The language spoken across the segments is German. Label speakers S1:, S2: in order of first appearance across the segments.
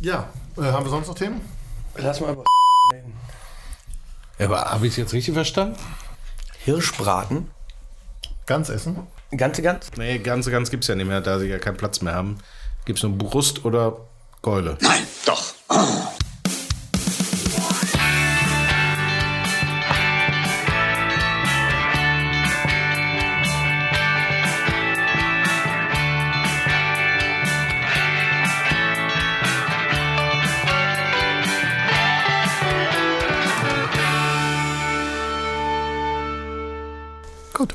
S1: Ja, äh, haben wir sonst noch Themen?
S2: Lass mal über reden.
S3: Ja, aber habe ich es jetzt richtig verstanden?
S2: Hirschbraten.
S1: Ganz essen?
S2: Ganze Gans.
S4: Nee, ganze Gans gibt's ja nicht mehr, da sie ja keinen Platz mehr haben. Gibt's nur Brust oder Keule.
S5: Nein, doch.
S1: Gut.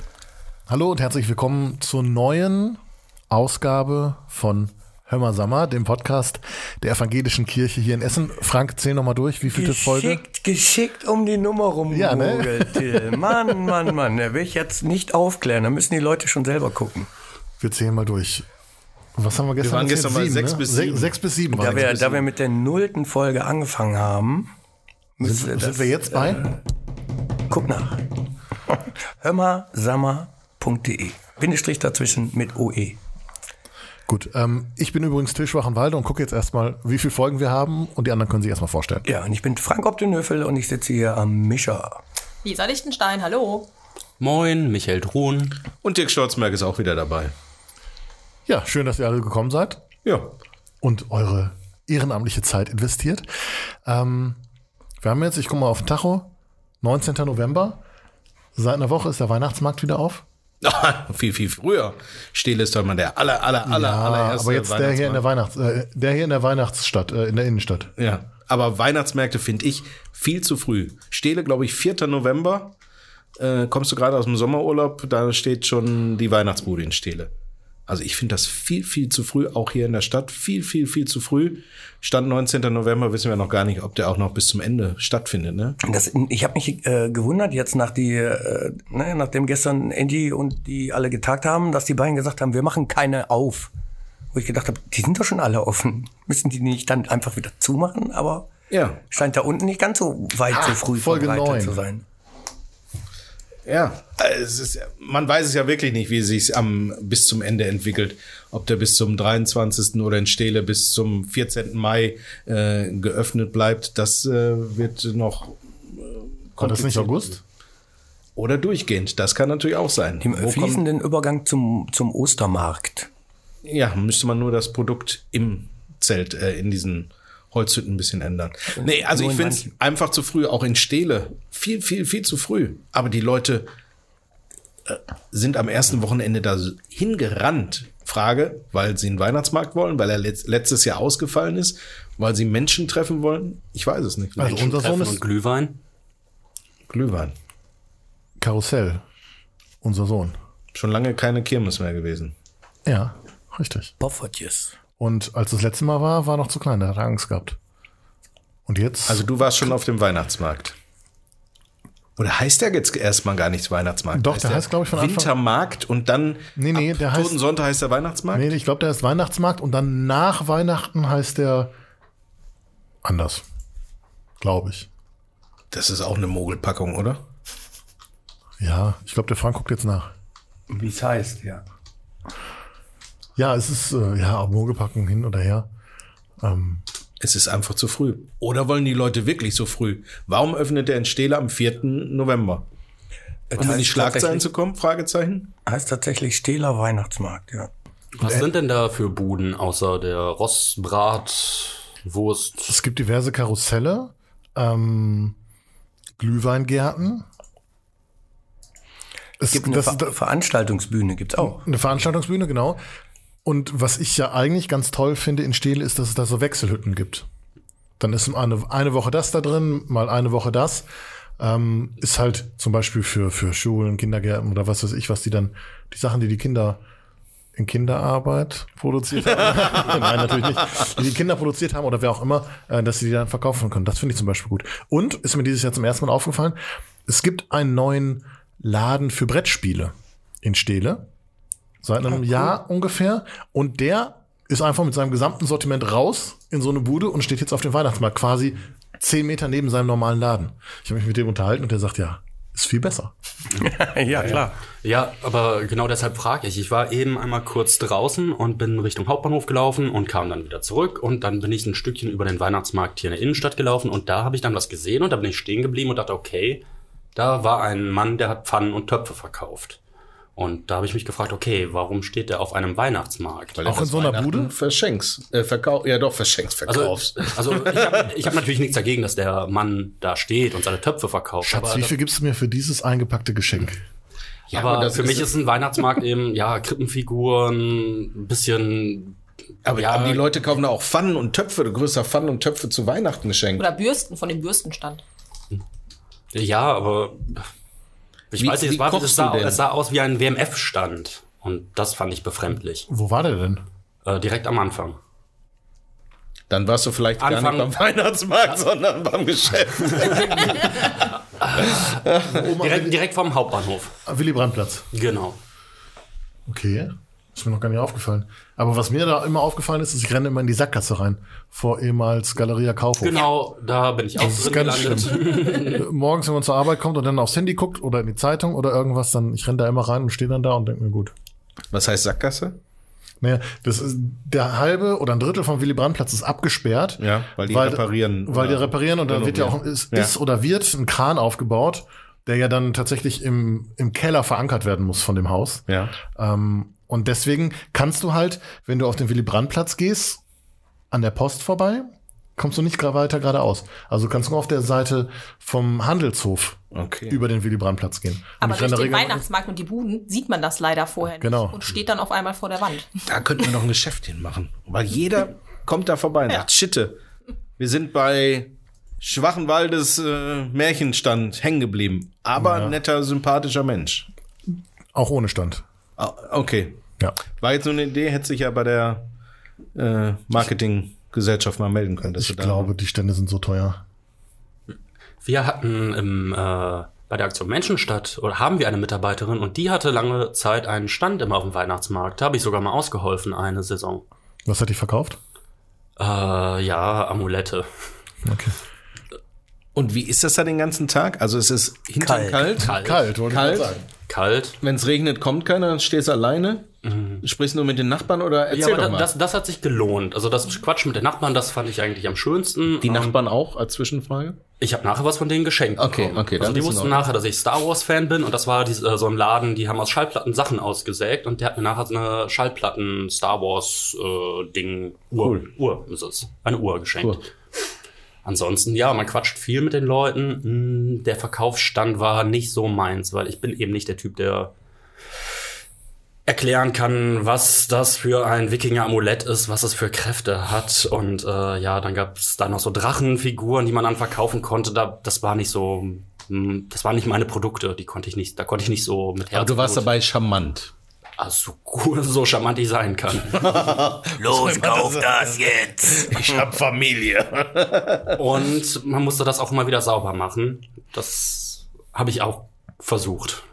S1: Hallo und herzlich willkommen zur neuen Ausgabe von Hömer Sommer, dem Podcast der evangelischen Kirche hier in Essen. Frank, zähl nochmal durch, wie viele Folge?
S2: Geschickt, geschickt um die Nummer rum.
S1: Ja, ne?
S2: gemogelt, Till. Mann, Mann, Mann, da will ich jetzt nicht aufklären. Da müssen die Leute schon selber gucken.
S1: Wir zählen mal durch. Was haben wir gestern?
S4: waren
S1: erzählt?
S4: gestern bei sechs bis
S1: Se-
S4: sieben.
S1: Sechs bis sieben.
S2: Da
S1: waren
S2: wir, da wir mit der nullten Folge angefangen haben, müssen
S1: wir. Sind wir jetzt
S4: äh,
S1: bei?
S2: guck nach. Hörmersammer.de. E. Bindestrich dazwischen mit E. OE.
S1: Gut. Ähm, ich bin übrigens Till Schwachenwalde und gucke jetzt erstmal, wie viele Folgen wir haben und die anderen können sich erstmal vorstellen.
S2: Ja, und ich bin Frank Optenöfel und ich sitze hier am Mischer.
S6: Lisa Lichtenstein, hallo.
S3: Moin, Michael Drohn.
S4: Und Dirk Stolzenberg ist auch wieder dabei.
S1: Ja, schön, dass ihr alle gekommen seid
S4: Ja.
S1: und eure ehrenamtliche Zeit investiert. Ähm, wir haben jetzt, ich gucke mal auf den Tacho, 19. November. Seit einer Woche ist der Weihnachtsmarkt wieder auf.
S4: viel, viel früher. Stehl ist doch mal der aller, aller, aller,
S1: Ah,
S4: allererste
S1: aber jetzt der hier in der Weihnachts, äh, der hier in der Weihnachtsstadt, äh, in der Innenstadt.
S4: Ja, aber Weihnachtsmärkte finde ich viel zu früh. Stehle, glaube ich, 4. November. Äh, kommst du gerade aus dem Sommerurlaub, da steht schon die Weihnachtsbude in Stehle. Also ich finde das viel, viel zu früh, auch hier in der Stadt. Viel, viel, viel zu früh. Stand 19. November wissen wir noch gar nicht, ob der auch noch bis zum Ende stattfindet. Ne?
S2: Das, ich habe mich äh, gewundert jetzt nach die, äh, ne, nachdem gestern Andy und die alle getagt haben, dass die beiden gesagt haben, wir machen keine auf. Wo ich gedacht habe, die sind doch schon alle offen. Müssen die nicht dann einfach wieder zumachen? Aber
S4: Ja,
S2: scheint da unten nicht ganz so weit so früh
S1: Folge
S2: verbreitet
S1: neun.
S2: zu sein.
S4: Ja, Also es ist, man weiß es ja wirklich nicht, wie es sich am, bis zum Ende entwickelt. Ob der bis zum 23. oder in Stele bis zum 14. Mai äh, geöffnet bleibt, das äh, wird noch
S1: War das nicht August?
S4: oder durchgehend. Das kann natürlich auch sein.
S2: Im
S4: Wo kommt,
S2: fließenden Übergang zum, zum Ostermarkt.
S4: ja, müsste man nur das Produkt im Zelt, äh, in diesen Holzhütten ein bisschen ändern. Nee, also
S2: nur
S4: ich
S2: in
S4: finde es
S2: manchen.
S4: einfach zu früh, auch in Stele. Viel, viel, viel zu früh. Aber die Leute äh, sind am ersten Wochenende da hingerannt. Frage, weil sie einen Weihnachtsmarkt wollen, weil er letz- letztes Jahr ausgefallen ist, weil sie Menschen treffen wollen. Ich weiß es nicht.
S1: Also unser Sohn
S3: Treffen und
S1: ist
S3: Glühwein.
S4: Glühwein.
S1: Karussell. Unser Sohn.
S4: Schon lange keine Kirmes mehr gewesen.
S1: Ja, richtig.
S2: Poffertjes.
S1: Und als das letzte Mal war, war er noch zu klein, da hat er Angst gehabt. Und jetzt?
S4: Also du warst schon auf dem Weihnachtsmarkt. Oder heißt der jetzt erstmal gar nicht Weihnachtsmarkt?
S1: Doch, der heißt, glaub ich, von Anfang-
S4: Wintermarkt und dann
S1: Nee, nee,
S4: ab
S1: der heißt-
S4: Toten Sonntag heißt der Weihnachtsmarkt?
S1: nee, ich glaube, der ist Weihnachtsmarkt und dann nach Weihnachten heißt der anders. Glaube ich.
S4: Das ist auch eine Mogelpackung, oder?
S1: Ja, ich glaube, der Frank guckt jetzt nach.
S2: Wie es heißt, ja.
S1: Ja, es ist, äh, ja, Mogelpackung hin oder her.
S4: Es ist einfach zu früh. Oder wollen die Leute wirklich so früh? Warum öffnet der in Steele am 4. November? Um in die Schlagzeilen zu kommen? Fragezeichen.
S2: heißt tatsächlich Stehler Weihnachtsmarkt, ja.
S3: Was sind denn da für Buden außer der Rostbrat, Wurst?
S1: Es gibt diverse Karusselle, ähm, Glühweingärten. Es
S2: Gibt eine Ver Veranstaltungsbühne, gibt's auch.
S1: Eine Veranstaltungsbühne, genau. Und was ich ja eigentlich ganz toll finde in Steele, ist, dass es da so Wechselhütten gibt. Dann ist mal eine, eine Woche das da drin, mal eine Woche das. Ähm, ist halt zum Beispiel für, für Schulen, Kindergärten oder was weiß ich, was die dann, die Sachen, die die Kinder in Kinderarbeit produziert haben. Nein, natürlich nicht. Die die Kinder produziert haben oder wer auch immer, äh, dass sie die dann verkaufen können. Das finde ich zum Beispiel gut. Und ist mir dieses Jahr zum ersten Mal aufgefallen, es gibt einen neuen Laden für Brettspiele in Steele. Seit einem Jahr ungefähr. Und der ist einfach mit seinem gesamten Sortiment raus in so eine Bude und steht jetzt auf dem Weihnachtsmarkt quasi zehn Meter neben seinem normalen Laden. Ich habe mich mit dem unterhalten und der sagt, ja, Ist viel besser.
S2: ja, klar.
S3: Ja, aber genau deshalb frage ich. Ich war eben einmal kurz draußen und bin Richtung Hauptbahnhof gelaufen und kam dann wieder zurück und dann bin ich ein Stückchen über den Weihnachtsmarkt hier in der Innenstadt gelaufen und da habe ich dann was gesehen und da bin ich stehen geblieben und dachte, okay, da war ein Mann, der hat Pfannen und Töpfe verkauft. Und da habe ich mich gefragt, okay, warum steht der auf einem Weihnachtsmarkt?
S4: Weil du
S1: Auch in
S4: das
S1: so einer
S4: Weihnachten
S1: Bude?
S4: Verschenkst. Äh, verkau ja, doch, verschenkst,
S3: Also,
S4: verkaufst.
S3: also ich habe ich hab natürlich nichts dagegen, dass der Mann da steht und seine Töpfe verkauft.
S1: Schatz,
S3: aber
S1: wie viel gibst du mir für dieses eingepackte Geschenk?
S3: Ja,
S4: aber
S3: aber
S4: das
S3: für
S4: ist-
S3: mich ist ein Weihnachtsmarkt eben, ja, Krippenfiguren, ein bisschen.
S4: aber,
S3: ja,
S4: aber die Leute kaufen da auch Pfannen und Töpfe. Du größer Pfannen und Töpfe zu Weihnachten geschenkt.
S6: Oder Bürsten von dem Bürstenstand.
S3: Ja, aber. Ich
S4: Wie-
S3: weiß nicht,
S4: wie
S3: es, war,
S4: kochst
S3: es, sah,
S4: du denn?
S3: es sah aus wie ein WMF-Stand. Und das fand ich befremdlich.
S1: Wo war der denn?
S3: Äh, direkt am Anfang.
S4: Dann warst du vielleicht gar
S3: Anfang-
S4: nicht beim Weihnachtsmarkt, sondern beim Geschäft.
S1: Oma
S3: Direkt, direkt vom Hauptbahnhof.
S1: Willi Ah, Brandtplatz.
S3: Genau.
S1: Okay. Ist mir noch gar nicht aufgefallen. Aber was mir da immer aufgefallen ist, ist, ich renne immer in die Sackgasse rein. Vor ehemals Galeria Kaufhof.
S3: Genau, da bin ich auch
S1: Das ist
S3: drin
S1: ganz
S3: gelandet.
S1: Äh, Morgens, wenn man zur Arbeit kommt und dann aufs Handy guckt oder in die Zeitung oder irgendwas, dann ich renne da immer rein und stehe dann da und denke mir, gut.
S4: Was heißt Sackgasse?
S1: Naja, Ne, das ist der halbe oder ein Drittel vom Willy Brandt-Platz ist abgesperrt.
S4: Ja, weil die reparieren
S1: Weil die
S4: oder
S1: reparieren und da wird ja auch ist,
S4: Ja.
S1: ist oder wird ein Kran aufgebaut, der ja dann tatsächlich im, im Keller verankert werden muss von dem Haus.
S4: Ja.
S1: Ähm, und deswegen kannst du halt, wenn du auf den Willy Brandt-Platz gehst, an der Post vorbei, kommst du nicht gra- weiter geradeaus. Also kannst du nur auf der Seite vom Handelshof
S4: Okay.
S1: über den Willy Brandt-Platz gehen.
S6: Aber
S1: ich
S6: durch
S1: renne
S6: den
S1: regelmäßig-
S6: Weihnachtsmarkt und die Buden sieht man das leider vorher nicht.
S1: Genau.
S6: Und steht dann auf einmal vor der Wand.
S4: Da könnten wir noch ein Geschäft hinmachen. Weil jeder kommt da vorbei und sagt, Schitte, wir sind bei Schwachenwaldes äh, Märchenstand hängen geblieben. Aber netter, sympathischer Mensch.
S1: Auch ohne Stand.
S4: Ah, Okay.
S1: Ja.
S4: War jetzt nur eine Idee, hätte sich ja bei der äh, Marketinggesellschaft mal melden können. Dass
S1: Ich
S4: du da
S1: glaube, die Stände sind so teuer.
S3: Wir hatten im, äh, bei der Aktion Menschenstadt oder haben wir eine Mitarbeiterin und die hatte lange Zeit einen Stand immer auf dem Weihnachtsmarkt. Da habe ich sogar mal ausgeholfen eine Saison.
S1: Was hat die verkauft?
S3: Äh, ja, Amulette.
S1: Okay.
S4: Und wie ist das da den ganzen Tag? Also es ist hinterm
S2: Kalt.
S4: kalt.
S3: Kalt.
S1: Kalt, wollte
S4: Kalt?
S1: ich gerade sagen.
S3: Kalt.
S4: Wenn es regnet, kommt keiner, dann stehst du alleine. Sprichst nur mit den Nachbarn oder
S3: Mhm. Ja,
S4: erzähl
S3: aber
S4: doch
S3: da,
S4: mal.
S3: das, das hat sich gelohnt. Also das Quatsch mit den Nachbarn, das fand ich eigentlich am schönsten.
S4: die
S3: Ähm,
S4: Nachbarn auch als Zwischenfrage?
S3: Ich habe nachher was von denen geschenkt.
S4: Okay,
S3: bekommen.
S4: okay, dann
S3: Also die
S4: ist in
S3: wussten
S4: Ordnung.
S3: nachher, dass ich Star Wars Fan bin und das war die, äh, so ein Laden, die haben aus Schallplatten Sachen ausgesägt und der hat mir nachher so eine Schallplatten Star Wars äh, Ding Uhr,
S4: Cool.
S3: Uhr ist es, eine Uhr geschenkt.
S4: Cool.
S3: Ansonsten ja, man quatscht viel mit den Leuten. Hm, Der Verkaufsstand war nicht so meins, weil ich bin eben nicht der Typ, der erklären kann, was das für ein Wikinger-Amulett ist, was es für Kräfte hat. Und äh, ja, dann gab es da noch so Drachenfiguren, die man dann verkaufen konnte. Da, das war nicht so, hm, das waren nicht meine Produkte, die konnte ich nicht, da konnte ich nicht so mit Herz.
S4: Aber Also, du warst dabei charmant.
S3: Also so, so charmant ich sein kann.
S2: Los, kauf das jetzt.
S4: Ich hab Familie.
S3: Und man musste das auch mal wieder sauber machen. Das habe ich auch versucht.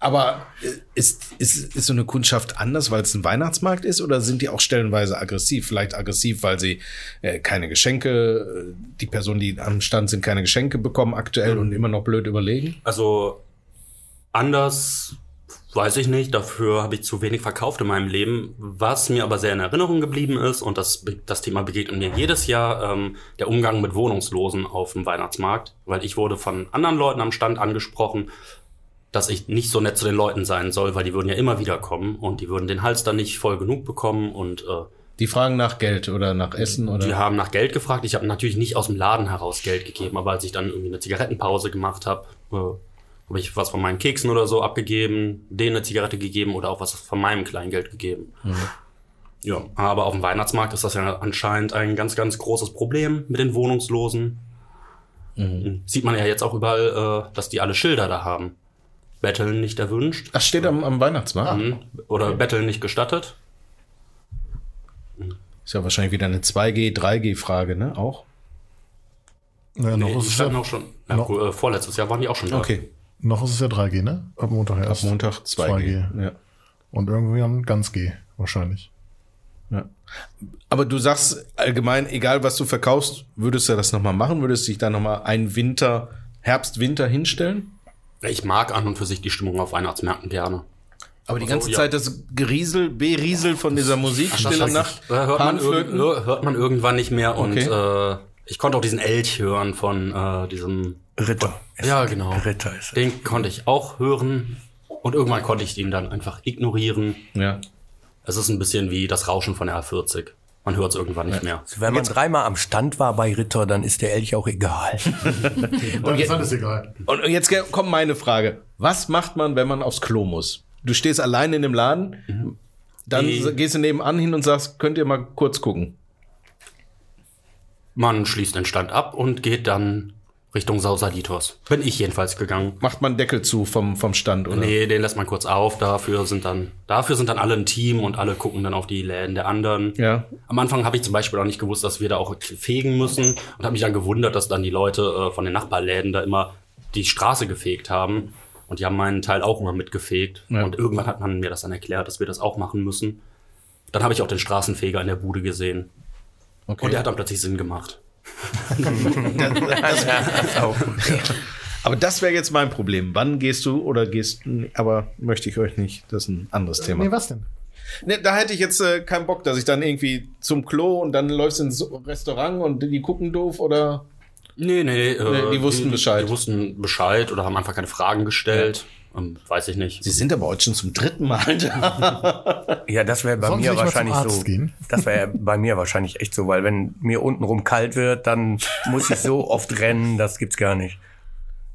S4: Aber äh, ist, ist, ist so eine Kundschaft anders, weil es ein Weihnachtsmarkt ist oder sind die auch stellenweise aggressiv? Vielleicht aggressiv, weil sie äh, keine Geschenke, äh, die Personen, die am Stand sind, keine Geschenke bekommen aktuell und immer noch blöd überlegen?
S3: Also anders weiß ich nicht. Dafür habe ich zu wenig verkauft in meinem Leben. Was mir aber sehr in Erinnerung geblieben ist und das, be- das Thema begegnet mir jedes Jahr, ähm, der Umgang mit Wohnungslosen auf dem Weihnachtsmarkt. Weil ich wurde von anderen Leuten am Stand angesprochen, dass ich nicht so nett zu den Leuten sein soll, weil die würden ja immer wieder kommen und die würden den Hals dann nicht voll genug bekommen und äh,
S4: Die fragen nach Geld oder nach Essen oder.
S3: Die haben nach Geld gefragt. Ich habe natürlich nicht aus dem Laden heraus Geld gegeben, aber als ich dann irgendwie eine Zigarettenpause gemacht habe, äh, habe ich was von meinen Keksen oder so abgegeben, denen eine Zigarette gegeben oder auch was von meinem Kleingeld gegeben.
S1: Mhm.
S3: Ja, aber auf dem Weihnachtsmarkt ist das ja anscheinend ein ganz, ganz großes Problem mit den Wohnungslosen.
S1: Mhm.
S3: Hm, Sieht man ja jetzt auch überall, äh, dass die alle Schilder da haben. Betteln nicht erwünscht
S4: Ach, steht am, am Weihnachtsmarkt.
S3: mhm. oder Betteln nicht gestattet. Ah.
S4: Ist ja wahrscheinlich wieder eine 2G, 3G-Frage, ne? Auch.
S1: Naja,
S3: Nee,
S1: noch,
S3: die
S1: ist es
S3: standen
S1: ja,
S3: auch schon. Ja,
S1: noch-
S3: äh, vorletztes Jahr waren die auch schon da.
S4: Okay.
S1: noch ist es ja 3G, ne? Ab Montag erst.
S4: Montag 2G.
S1: 2G.
S4: Ja.
S1: Und irgendwie haben ganz G wahrscheinlich.
S4: Aber du sagst allgemein, egal was du verkaufst, würdest du das nochmal machen? Würdest du dich da nochmal einen Winter, Herbst, Winter hinstellen?
S3: Ich mag an und für sich die Stimmung auf Weihnachtsmärkten gerne.
S4: Aber die
S3: Also,
S4: ganze
S3: ja.
S4: Zeit das Geriesel, Beriesel von dieser Musik, Stille Nacht,
S3: Äh, Hört man, irgend,
S4: Panflöten.
S3: hört man irgendwann nicht mehr und
S4: Okay.
S3: äh, ich konnte auch diesen Elch hören von äh, diesem.
S2: Ritter.
S3: Ja, genau.
S2: Ritter ist es.
S3: Den konnte ich auch hören und irgendwann konnte ich ihn dann einfach ignorieren.
S4: Ja.
S3: Es ist ein bisschen wie das Rauschen von der A40. Man hört es irgendwann nicht mehr.
S2: Wenn man dreimal am Stand war bei Ritter, dann ist der Elch auch egal.
S1: Dann ist alles egal.
S4: Und jetzt ge- kommt meine Frage. Was macht man, wenn man aufs Klo muss? Du stehst allein in dem Laden,
S3: Mhm.
S4: dann
S3: Die-
S4: s- gehst du nebenan hin und sagst, könnt ihr mal kurz gucken.
S3: Man schließt den Stand ab und geht dann Richtung Sausalitos. Bin ich jedenfalls gegangen.
S4: Macht man Deckel zu vom, vom Stand, oder?
S3: Nee, den lässt man kurz auf. Dafür sind dann, dafür sind dann alle ein Team und alle gucken dann auf die Läden der anderen.
S4: Ja.
S3: Am Anfang habe ich zum Beispiel auch nicht gewusst, dass wir da auch fegen müssen und habe mich dann gewundert, dass dann die Leute äh, von den Nachbarläden da immer die Straße gefegt haben. Und die haben meinen Teil auch immer mitgefegt.
S4: Ja.
S3: Und irgendwann hat man mir das dann erklärt, dass wir das auch machen müssen. Dann habe ich auch den Straßenfeger in der Bude gesehen.
S4: Okay.
S3: Und der hat dann plötzlich Sinn gemacht.
S4: aber das wäre jetzt mein Problem. Wann gehst du oder gehst nee, aber möchte ich euch nicht, das ist ein anderes Thema.
S1: Äh, Nee, was denn?
S4: Ne, da hätte ich jetzt äh, keinen Bock, dass ich dann irgendwie zum Klo und dann läufst ins Restaurant und die gucken doof oder.
S3: Nee, nee, äh,
S4: Nee, die wussten Bescheid.
S3: Die, wussten Bescheid oder haben einfach keine Fragen gestellt. Ähm, weiß ich nicht.
S4: Sie sind aber heute schon zum dritten Mal da.
S2: Ja, das wäre bei
S1: Sollen Sie
S2: mir
S1: nicht mal zum
S2: wahrscheinlich
S1: Arzt
S2: so.
S1: gehen?
S2: Das wäre bei mir wahrscheinlich echt so, weil wenn mir untenrum kalt wird, dann muss ich so oft rennen, das gibt's gar nicht.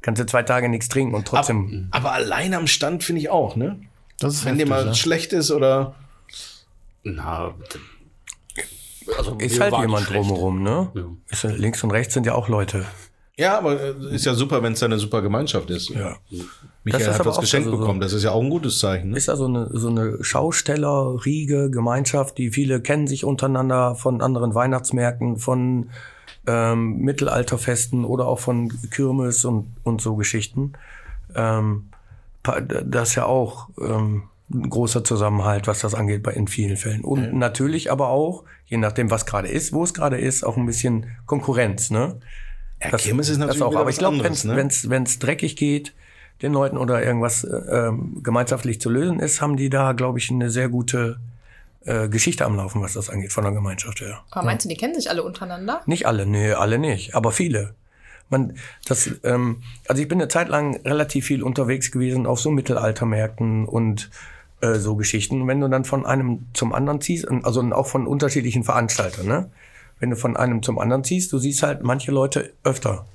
S2: Kannst du zwei Tage nichts trinken und trotzdem.
S4: Aber allein am Stand finde ich auch, ne?
S1: Das ist
S4: Wenn dir
S1: heftig,
S4: mal
S1: ja.
S4: schlecht ist oder.
S3: Na, also
S2: Ist
S3: mir
S2: halt
S3: war nicht
S2: jemand
S3: schlecht.
S2: drumherum, ne?
S3: Ja.
S2: Ist, ja- links und rechts sind ja auch Leute.
S4: Ja, aber äh, ist ja super, wenn es eine super Gemeinschaft ist.
S2: Ja. Das
S4: Michael
S2: ist
S4: hat
S2: aber
S4: was
S2: auch
S4: geschenkt
S2: so- so-
S4: bekommen. Das ist ja auch ein gutes Zeichen. Ne?
S2: Ist da so eine, so eine Schausteller-Riege, Gemeinschaft, die viele kennen sich untereinander von anderen Weihnachtsmärkten, von ähm, Mittelalterfesten oder auch von Kirmes und, und so Geschichten. Ähm, pa- das ist ja auch ähm, ein großer Zusammenhalt, was das angeht bei in vielen Fällen. Und natürlich aber auch, je nachdem, was gerade ist, wo es gerade ist, auch ein bisschen Konkurrenz, ne? Das,
S4: Kirmes ist natürlich
S2: das auch,
S4: wieder
S2: aber
S4: was
S2: ich glaube,
S4: anderes,
S2: wenn's
S4: ne?
S2: wenn's, wenn's dreckig geht, den Leuten oder irgendwas äh, ähm, gemeinschaftlich zu lösen ist, haben die da, glaube ich, eine sehr gute äh, Geschichte am Laufen, was das angeht, von der Gemeinschaft her.
S6: Aber meinst du, die kennen sich alle untereinander?
S2: Nicht alle, nee, alle nicht, aber viele. Man, das, ähm, also ich bin eine Zeit lang relativ viel unterwegs gewesen auf so Mittelaltermärkten und äh, so Geschichten. Und wenn du dann von einem zum anderen ziehst, und- also auch von unterschiedlichen Veranstaltern, ne? Wenn du von einem zum anderen ziehst, du siehst halt manche Leute öfter.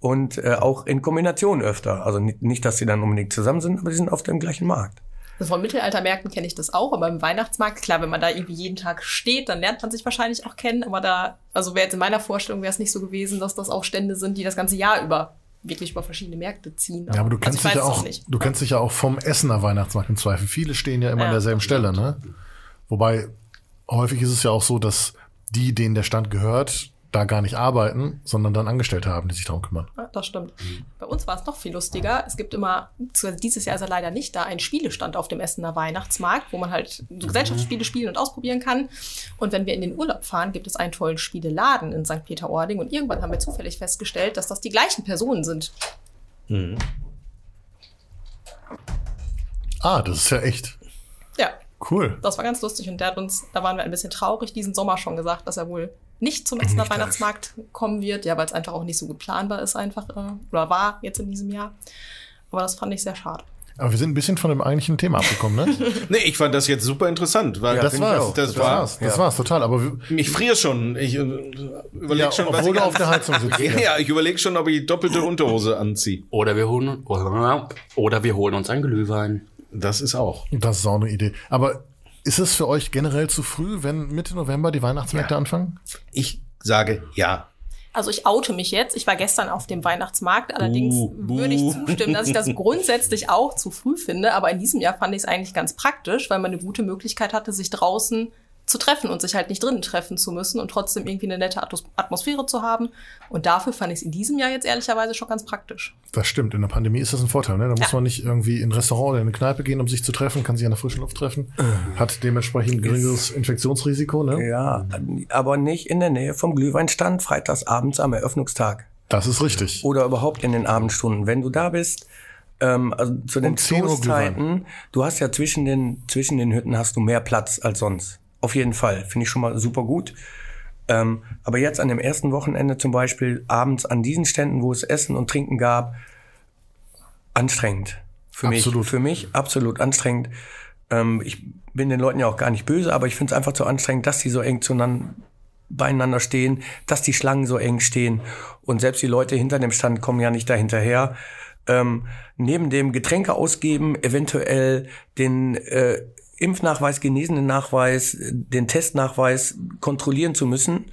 S2: Und äh, auch in Kombination öfter. Also nicht, nicht, dass sie dann unbedingt zusammen sind, aber sie sind auf dem gleichen Markt.
S6: Also Von Mittelaltermärkten kenne ich das auch, aber im Weihnachtsmarkt, klar, wenn man da irgendwie jeden Tag steht, dann lernt man sich wahrscheinlich auch kennen. Aber da, also wäre jetzt in meiner Vorstellung wäre es nicht so gewesen, dass das auch Stände sind, die das ganze Jahr über wirklich über verschiedene Märkte ziehen.
S1: Ja, aber du
S6: Also
S1: kennst,
S6: ich weiß
S1: dich ja
S6: es
S1: auch,
S6: nicht.
S1: du kennst dich ja auch vom Essener Weihnachtsmarkt im Zweifel. Viele stehen ja immer an
S6: Ja.
S1: derselben Stelle, ne? Wobei häufig ist es ja auch so, dass die, denen der Stand gehört, da gar nicht arbeiten, sondern dann Angestellte haben, die sich darum kümmern.
S6: Ja, das stimmt.
S2: Mhm.
S6: Bei uns war es noch viel lustiger. Es gibt immer, beziehungsweise dieses Jahr ist er leider nicht da, einen Spielestand auf dem Essener Weihnachtsmarkt, wo man halt
S2: Mhm.
S6: so Gesellschaftsspiele spielen und ausprobieren kann. Und wenn wir in den Urlaub fahren, gibt es einen tollen Spieleladen in St. Peter-Ording. Und irgendwann haben wir zufällig festgestellt, dass das die gleichen Personen sind.
S1: Ah, das ist ja echt
S6: Ja,
S1: cool.
S6: das war ganz lustig. Und der hat uns, da waren wir ein bisschen traurig, diesen Sommer schon gesagt, dass er wohl nicht zum
S2: Nicht da
S6: Essener
S2: ist.
S6: Weihnachtsmarkt kommen wird. Ja, weil es einfach auch nicht so gut planbar ist, einfach, äh, oder war jetzt in diesem Jahr. Aber das fand ich sehr schade.
S1: Aber wir sind ein bisschen von dem eigentlichen Thema abgekommen, ne?
S4: Nee, ich fand das jetzt super interessant. Weil
S1: das
S4: find ich auch.
S1: war's.
S4: Das, war's.
S1: Das
S2: Ja.
S1: war's total. Aber wir-
S4: Ich friere schon. Ich äh, überlege
S1: ja,
S4: schon, was
S1: obwohl
S4: ich
S1: du auf der Heizung sitzt.
S4: Ja, ja, ich überlege schon, ob ich doppelte Unterhose anziehe.
S3: Oder wir holen oder, oder wir holen uns einen Glühwein.
S4: Das ist auch.
S1: Das ist auch eine Idee. Aber ist es für euch generell zu früh, wenn Mitte November die Weihnachtsmärkte anfangen?
S4: Ich sage ja.
S6: Also ich oute mich jetzt. Ich war gestern auf dem Weihnachtsmarkt. Allerdings
S4: Buh, buh.
S6: würde ich zustimmen, dass ich das grundsätzlich auch zu früh finde. Aber in diesem Jahr fand ich es eigentlich ganz praktisch, weil man eine gute Möglichkeit hatte, sich draußen zu treffen und sich halt nicht drinnen treffen zu müssen und trotzdem irgendwie eine nette Atos- Atmosphäre zu haben. Und dafür fand ich es in diesem Jahr jetzt ehrlicherweise schon ganz praktisch.
S1: Das stimmt, in der Pandemie ist das ein Vorteil. Ne? Da muss
S6: Ja.
S1: man nicht irgendwie in ein Restaurant oder in eine Kneipe gehen, um sich zu treffen, kann sich an der frischen Luft treffen, hat dementsprechend geringeres Infektionsrisiko. Ne?
S2: Ja, aber nicht in der Nähe vom Glühweinstand, freitags abends am Eröffnungstag.
S1: Das ist richtig.
S2: oder überhaupt in den Abendstunden, wenn du da bist. Ähm, also zu den
S1: 10 Um Uhr
S2: Stoßzeiten, du hast ja zwischen den, zwischen den Hütten hast du mehr Platz als sonst. Auf jeden Fall. Finde ich schon mal super gut. Ähm, aber jetzt an dem ersten Wochenende zum Beispiel abends an diesen Ständen, wo es Essen und Trinken gab, anstrengend. Für
S1: Absolut.
S2: mich. Für mich absolut anstrengend. Ähm, ich bin den Leuten ja auch gar nicht böse, aber ich finde es einfach zu anstrengend, dass die so eng zueinander beieinander stehen, dass die Schlangen so eng stehen und selbst die Leute hinter dem Stand kommen ja nicht dahinterher. Ähm, neben dem Getränke ausgeben, eventuell den äh, Impfnachweis, genesenen Nachweis, den Testnachweis kontrollieren zu müssen,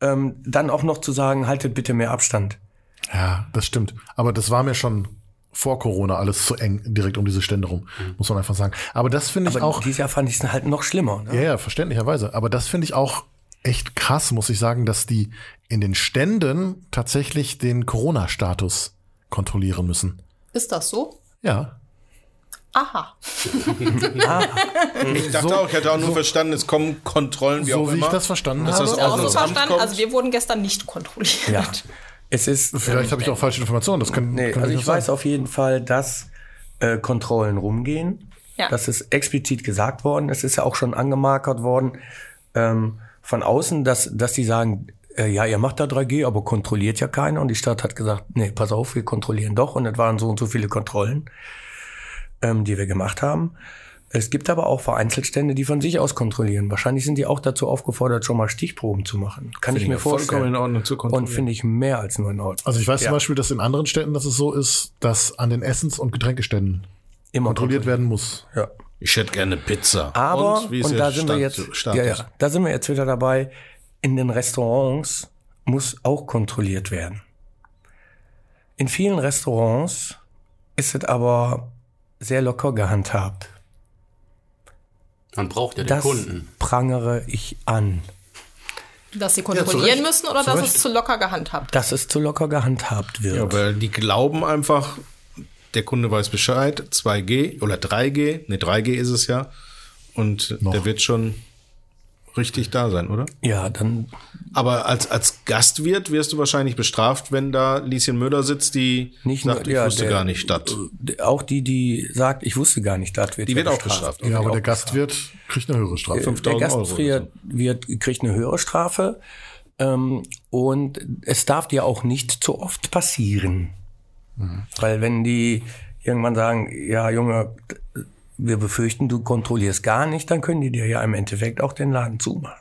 S2: ähm, dann auch noch zu sagen, haltet bitte mehr Abstand.
S1: Ja, das stimmt. Aber das war mir schon vor Corona alles zu eng, direkt um diese Stände rum, muss man einfach sagen. Aber das finde ich
S2: Aber
S1: auch.
S2: dieses Jahr fand ich es halt noch schlimmer. Ne?
S1: Ja, ja, verständlicherweise. Aber das finde ich auch echt krass, muss ich sagen, dass die in den Ständen tatsächlich den Corona-Status kontrollieren müssen.
S6: Ist das so?
S1: Ja.
S6: Aha.
S4: Ich dachte auch, ich hätte auch nur verstanden, es kommen Kontrollen, wie auch
S1: so wie
S4: immer.
S1: ich das verstanden
S4: Dass
S1: habe.
S4: das
S6: Ist auch
S4: Also,
S6: so
S4: das Amt
S6: verstanden.
S4: kommt-
S6: Also wir wurden gestern nicht kontrolliert.
S2: Ja. Es ist
S1: Vielleicht habe ich auch falsche Informationen. Das kann,
S2: Nee,
S1: kann
S2: also ich
S1: nicht sein.
S2: weiß auf jeden Fall, dass äh, Kontrollen rumgehen.
S6: Ja.
S2: Das ist explizit gesagt worden. Es ist ja auch schon angemarkert worden ähm, von außen, dass, dass die sagen, äh, ja, ihr macht da 3G, aber kontrolliert ja keiner. Und die Stadt hat gesagt, nee, pass auf, wir kontrollieren doch. Und es waren so und so viele Kontrollen, ähm, die wir gemacht haben. Es gibt aber auch Vereinzelstände, die von sich aus kontrollieren. Wahrscheinlich sind die auch dazu aufgefordert, schon mal Stichproben zu machen. Kann ich mir
S4: Vollkommen in
S2: vorstellen.
S4: Ordnung zu kontrollieren.
S2: Und finde ich mehr als nur in Ordnung.
S1: Also ich weiß zum Beispiel, dass in anderen Städten, dass es so ist, dass an den Essens- und Getränkeständen
S2: Immer
S1: kontrolliert werden muss.
S2: Ja.
S4: Ich hätte gerne Pizza.
S2: Aber,
S4: Und
S2: und,
S4: wie ist
S2: da
S4: der
S2: sind wir
S4: Stand-
S2: jetzt, ja,
S4: Status?
S2: ja, da sind wir jetzt wieder dabei, in den Restaurants muss auch kontrolliert werden. In vielen Restaurants ist es aber sehr locker gehandhabt.
S3: Man braucht ja den
S2: Das
S3: Kunden.
S2: prangere ich an.
S6: Dass sie
S1: zu
S6: kontrollieren
S1: Recht.
S6: müssen oder
S1: Zu
S6: dass
S1: Recht.
S6: es zu locker gehandhabt
S2: Dass es zu locker gehandhabt wird.
S4: Ja, weil die glauben einfach, der Kunde weiß Bescheid, 2G oder 3G, ne 3G ist es ja. Und der wird schon richtig da sein, oder?
S2: ja dann
S4: Aber als, als Gastwirt wirst du wahrscheinlich bestraft, wenn da Lieschen Möder sitzt, die
S2: Nicht
S4: sagt,
S2: nur-
S4: ich
S2: ja,
S4: wusste
S2: der-
S4: gar nicht statt.
S2: auch die, die sagt, ich wusste gar nicht, das wird
S4: Die wird
S2: ja
S4: auch bestraft.
S1: Ja, aber der Gastwirt kriegt eine höhere Strafe.
S4: 5000
S2: Äh, der
S4: Euro
S2: Gastfrier
S4: oder
S2: wird, kriegt eine höhere Strafe. Ähm, und es darf dir auch nicht zu oft passieren.
S4: Mhm.
S2: Weil wenn die irgendwann sagen, ja Junge, wir befürchten, du kontrollierst gar nicht, dann können die dir ja im Endeffekt auch den Laden zumachen.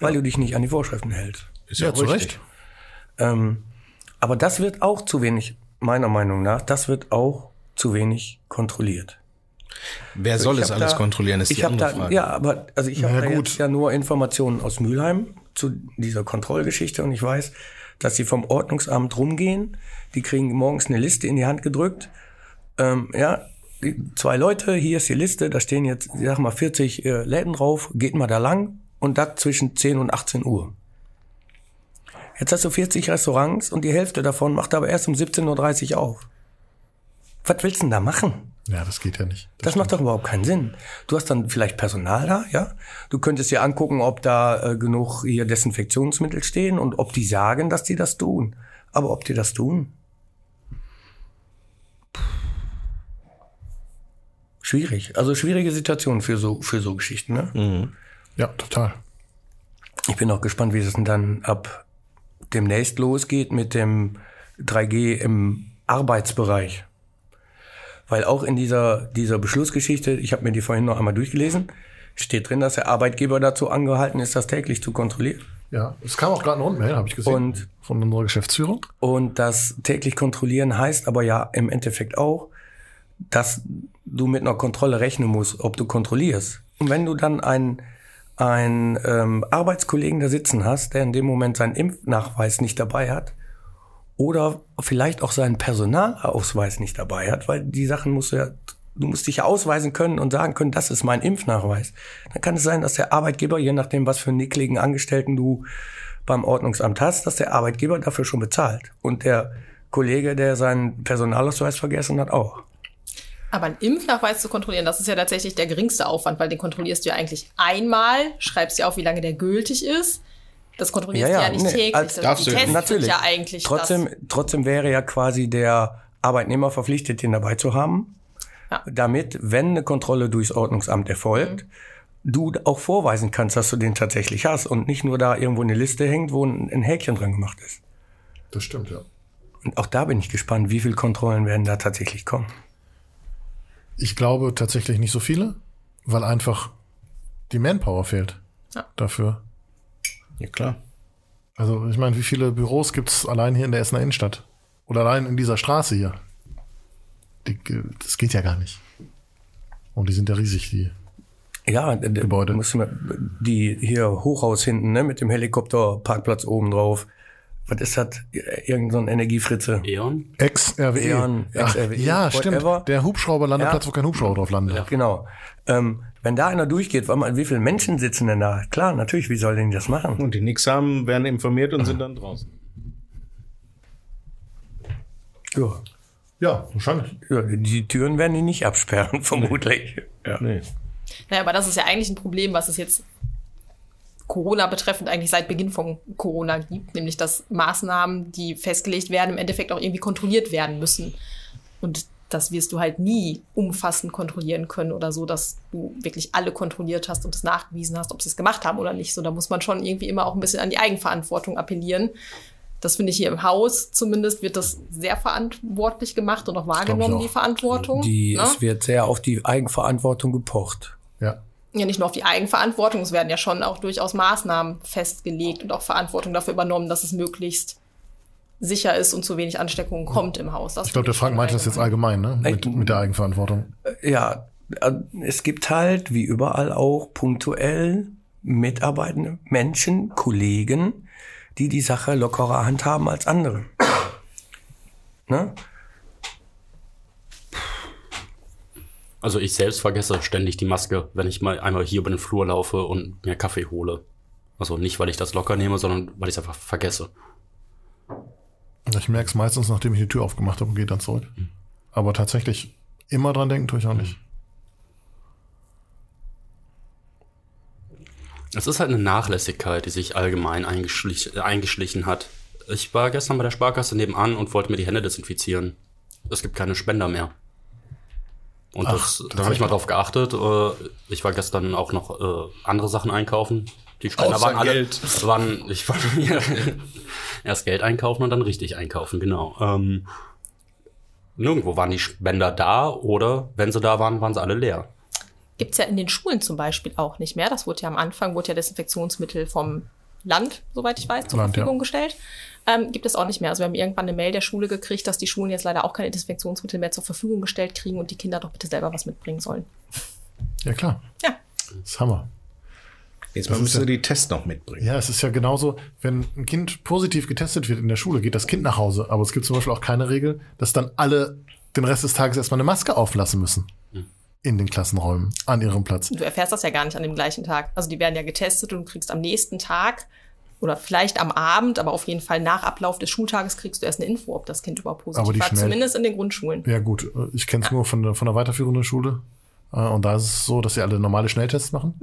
S2: Weil du dich nicht an die Vorschriften hältst.
S4: Ist
S1: Ja,
S4: auch
S1: zu
S4: richtig.
S1: Recht.
S2: Ähm, aber das wird auch zu wenig, meiner Meinung nach, das wird auch zu wenig kontrolliert.
S4: Wer soll
S2: Also Ich
S4: es
S2: hab
S4: alles
S2: da-
S4: kontrollieren, ist die
S2: ich hab
S4: andere
S2: da,
S4: Frage.
S2: Ja, aber also ich habe
S1: Na
S2: da
S1: gut.
S2: jetzt ja nur Informationen aus Mülheim zu dieser Kontrollgeschichte und ich weiß, dass sie vom Ordnungsamt rumgehen. Die kriegen morgens eine Liste in die Hand gedrückt. Ähm, ja, die- zwei Leute, hier ist die Liste, da stehen jetzt, ich sag mal, 40 äh, Läden drauf, geht mal da lang und das zwischen 10 und 18 Uhr. Jetzt hast du 40 Restaurants und die Hälfte davon macht aber erst um 17.30 Uhr auf. Was willst du denn da machen?
S1: Ja, das geht ja nicht.
S2: Das macht doch überhaupt keinen Sinn. Du hast dann vielleicht Personal da, ja? Du könntest dir angucken, ob da äh, genug hier Desinfektionsmittel stehen und ob die sagen, dass die das tun. Aber ob die das tun? Schwierig. Also schwierige Situation für so, für so Geschichten, ne?
S1: Ja, total.
S2: Ich bin auch gespannt, wie es denn dann ab demnächst losgeht mit dem 3G im Arbeitsbereich. Weil auch in dieser, dieser Beschlussgeschichte, ich habe mir die vorhin noch einmal durchgelesen, steht drin, dass der Arbeitgeber dazu angehalten ist, das täglich zu kontrollieren.
S1: Ja, es kam auch gerade eine Rundmail, habe ich gesehen.
S2: Und-
S1: von unserer Geschäftsführung.
S2: Und das täglich kontrollieren heißt aber ja im Endeffekt auch, dass du mit einer Kontrolle rechnen musst, ob du kontrollierst. Und wenn du dann einen, einen ähm, Arbeitskollegen da sitzen hast, der in dem Moment seinen Impfnachweis nicht dabei hat oder vielleicht auch seinen Personalausweis nicht dabei hat, weil die Sachen musst du ja du musst dich ja ausweisen können und sagen können, das ist mein Impfnachweis. Dann kann es sein, dass der Arbeitgeber, je nachdem, was für einen nickligen Angestellten du beim Ordnungsamt hast, dass der Arbeitgeber dafür schon bezahlt. Und der Kollege, der seinen Personalausweis vergessen hat, auch.
S6: Aber einen Impfnachweis zu kontrollieren, das ist ja tatsächlich der geringste Aufwand, weil den kontrollierst du ja eigentlich einmal, schreibst ja auf, wie lange der gültig ist. Das kontrollierst
S2: Ja,
S6: du
S2: ja,
S6: ja nicht
S2: nee,
S6: täglich.
S2: als-
S6: das-
S4: darfst
S6: die
S4: du-
S6: testen
S2: Natürlich.
S6: ja eigentlich
S2: Trotzdem, trotzdem wäre ja quasi der Arbeitnehmer verpflichtet, den dabei zu haben,
S6: Ja.
S2: damit, wenn eine Kontrolle durchs Ordnungsamt erfolgt,
S6: Mhm.
S2: du auch vorweisen kannst, dass du den tatsächlich hast und nicht nur da irgendwo eine Liste hängt, wo ein, ein Häkchen dran gemacht ist.
S1: Das stimmt, ja.
S2: Und auch da bin ich gespannt, wie viele Kontrollen werden da tatsächlich kommen.
S1: Ich glaube tatsächlich nicht so viele, weil einfach die Manpower fehlt
S6: Ja.
S1: dafür.
S4: Ja, klar.
S1: Also ich meine, wie viele Büros gibt es allein hier in der Essener Innenstadt? Oder allein in dieser Straße hier? Die, das geht ja gar nicht. Und die sind ja riesig, die.
S2: Ja, d- d-
S1: Gebäude.
S2: Musst du mal, die hier Hochhaus hinten, ne, mit dem Helikopter, Parkplatz oben drauf. Was ist das? Irgend so ein Energiefritze.
S3: Eon?
S1: Ex-RWE.
S2: Eon,
S1: Ach,
S2: ex-RWE,
S1: E. ja, stimmt.
S2: whatever.
S1: Der Hubschrauberlandeplatz,
S2: Ja.
S1: wo kein Hubschrauber drauf landet.
S2: Genau. Ähm, wenn da einer durchgeht, warte mal, wie viele Menschen sitzen denn da? Klar, natürlich, wie soll denn die das machen?
S4: Und die nichts haben, werden informiert und sind dann draußen.
S2: Ja.
S1: Ja, wahrscheinlich.
S2: Ja, die Türen werden die nicht absperren, vermutlich. Ja.
S4: Nee.
S6: Das, naja, aber das ist ja eigentlich ein Problem, was es jetzt Corona betreffend eigentlich seit Beginn von Corona gibt, nämlich dass Maßnahmen, die festgelegt werden, im Endeffekt auch irgendwie kontrolliert werden müssen. Und das wirst du halt nie umfassend kontrollieren können oder so, dass du wirklich alle kontrolliert hast und es nachgewiesen hast, ob sie es gemacht haben oder nicht. So, da muss man schon irgendwie immer auch ein bisschen an die Eigenverantwortung appellieren. Das finde ich hier im Haus zumindest wird das sehr verantwortlich gemacht und auch wahrgenommen,
S1: auch.
S6: die Verantwortung.
S2: Die,
S6: ne?
S2: Es wird sehr auf die Eigenverantwortung gepocht.
S1: Ja.
S6: ja nicht nur auf die Eigenverantwortung, es werden ja schon auch durchaus Maßnahmen festgelegt und auch Verantwortung dafür übernommen, dass es möglichst sicher ist und zu wenig Ansteckungen kommt im Haus. Das
S1: Ich glaube, der Frank meinte das jetzt allgemein, ne? Mit, mit der Eigenverantwortung.
S2: Ja, äh, es gibt halt, wie überall auch, punktuell mitarbeitende Menschen, Kollegen, die die Sache lockerer handhaben als andere. ne?
S3: Also ich selbst vergesse ständig die Maske, wenn ich mal einmal hier über den Flur laufe und mir Kaffee hole. Also nicht, weil ich das locker nehme, sondern weil ich es einfach vergesse.
S1: Ich merke es meistens, nachdem ich die Tür aufgemacht habe und gehe dann zurück. Aber tatsächlich, immer dran denken tue ich auch nicht.
S2: Hm.
S3: Es ist halt eine Nachlässigkeit, die sich allgemein eingeschlich, äh, eingeschlichen hat. Ich war gestern bei der Sparkasse nebenan und wollte mir die Hände desinfizieren. Es gibt keine Spender mehr. Und
S1: Ach,
S3: das, da habe ich mal drauf geachtet. Äh, Ich war gestern auch noch äh, andere Sachen einkaufen. Die Spender
S4: Außer
S3: waren alle.
S4: Geld.
S3: Waren, ich war erst Geld einkaufen und dann richtig einkaufen, genau. Ähm, nirgendwo waren die Spender da oder wenn sie da waren, waren sie alle leer.
S6: Gibt es ja in den Schulen zum Beispiel auch nicht mehr. Das wurde ja am Anfang, wurde ja Desinfektionsmittel vom Land, soweit ich weiß, zur
S1: Land,
S6: Verfügung
S1: ja.
S6: gestellt. Ähm, gibt es auch nicht mehr. Also wir haben irgendwann eine Mail der Schule gekriegt, dass die Schulen jetzt leider auch keine Desinfektionsmittel mehr zur Verfügung gestellt kriegen und die Kinder doch bitte selber was mitbringen sollen.
S1: Ja, klar.
S6: Ja,
S1: Das ist Hammer.
S4: Jetzt mal müssen sie die Tests noch mitbringen.
S1: Ja, es ist ja genauso, wenn ein Kind positiv getestet wird in der Schule, geht das Kind nach Hause. Aber es gibt zum Beispiel auch keine Regel, dass dann alle den Rest des Tages erstmal eine Maske auflassen müssen.
S2: Hm.
S1: In den Klassenräumen, an ihrem Platz.
S6: du erfährst das ja gar nicht an dem gleichen Tag. Also die werden ja getestet und du kriegst am nächsten Tag oder vielleicht am Abend, aber auf jeden Fall nach Ablauf des Schultages kriegst du erst eine Info, ob das Kind überhaupt positiv
S1: Aber die
S6: war.
S1: schnell-
S6: Zumindest in den Grundschulen.
S1: Ja, gut, äh, ich kenne es nur von, der- von der weiterführenden Schule. Äh, Und da ist es so, dass sie alle normale Schnelltests machen.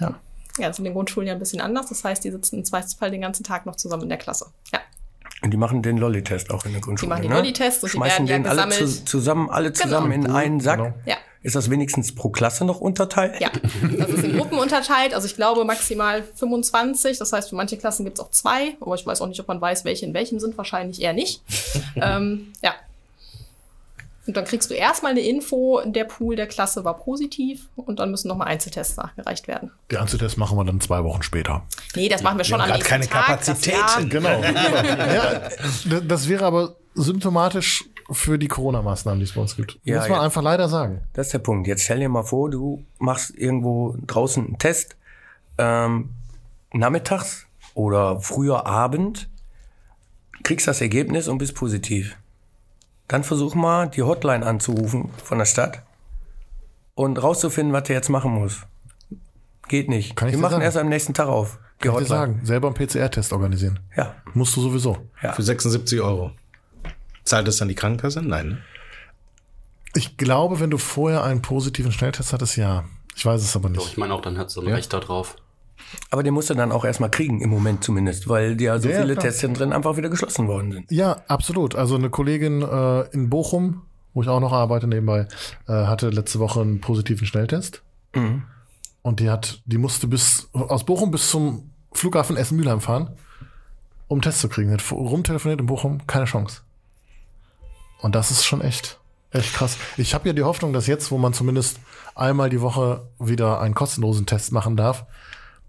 S1: Ja.
S6: Ja, das ist in den Grundschulen ja ein bisschen anders. Das heißt, die sitzen im Zweifelsfall den ganzen Tag noch zusammen in der Klasse. Ja.
S2: Und die machen den Lolli-Test auch in der Grundschule.
S6: machen die
S2: ne?
S6: Lolli-Tests und die
S2: Schmeißen
S6: werden ja
S2: den alle
S6: gesammelt. Genau.
S2: zu, zusammen, alle zusammen in einen Sack.
S1: Genau.
S6: Ja.
S2: Ist das wenigstens pro Klasse noch unterteilt?
S6: Ja, das ist in Gruppen unterteilt. Also ich glaube maximal 25. Das heißt, für manche Klassen gibt es auch zwei. Aber ich weiß auch nicht, ob man weiß, welche in welchem sind. Wahrscheinlich eher nicht. ähm, ja. Und dann kriegst du erstmal eine Info, der Pool der Klasse war positiv und dann müssen nochmal Einzeltests nachgereicht werden.
S1: Die Einzeltests machen wir dann zwei Wochen später.
S6: Nee, das machen wir schon
S4: haben
S6: am
S4: grad
S6: nächsten
S4: keine
S6: Tag. Das,
S4: Kapazitäten.
S6: ja,
S1: Genau. ja, d- das wäre aber symptomatisch für die Corona-Maßnahmen, die es bei uns gibt.
S2: Ja,
S1: Muss man
S2: ja.
S1: einfach leider sagen.
S2: Das ist der Punkt. Jetzt stell dir mal vor, du machst irgendwo draußen einen Test, ähm, nachmittags oder früher Abend, kriegst das Ergebnis und bist positiv. Dann versuch mal, die Hotline anzurufen von der Stadt und rauszufinden, was du jetzt machen musst. Geht nicht.
S1: Kann ich
S2: die
S1: dir
S2: machen
S1: sagen?
S2: erst am nächsten Tag auf. Die
S1: Ich dir sagen, selber einen PCR-Test organisieren.
S2: Ja.
S1: Musst du sowieso.
S4: Für 76 Euro. Zahlt das dann die Krankenkasse? Nein. ne?
S1: Ich glaube, wenn du vorher einen positiven Schnelltest hattest, ja. Ich weiß es aber
S3: Doch, ich
S1: nicht.
S3: meine auch, dann hat so ein Recht da drauf.
S2: Aber den musst du dann auch erstmal kriegen, im Moment zumindest, weil ja so
S1: Ja, ja,
S2: viele
S1: klar.
S2: Testzentren einfach wieder geschlossen worden sind.
S1: Ja, absolut. Also eine Kollegin äh, in Bochum, wo ich auch noch arbeite nebenbei, äh, hatte letzte Woche einen positiven Schnelltest. Und die hat, die musste bis aus Bochum bis zum Flughafen Essen-Mülheim fahren, um einen Test zu kriegen. Die hat vor- rumtelefoniert in Bochum, keine Chance. Und das ist schon echt, echt krass. Ich habe ja die Hoffnung, dass jetzt, wo man zumindest einmal die Woche wieder einen kostenlosen Test machen darf,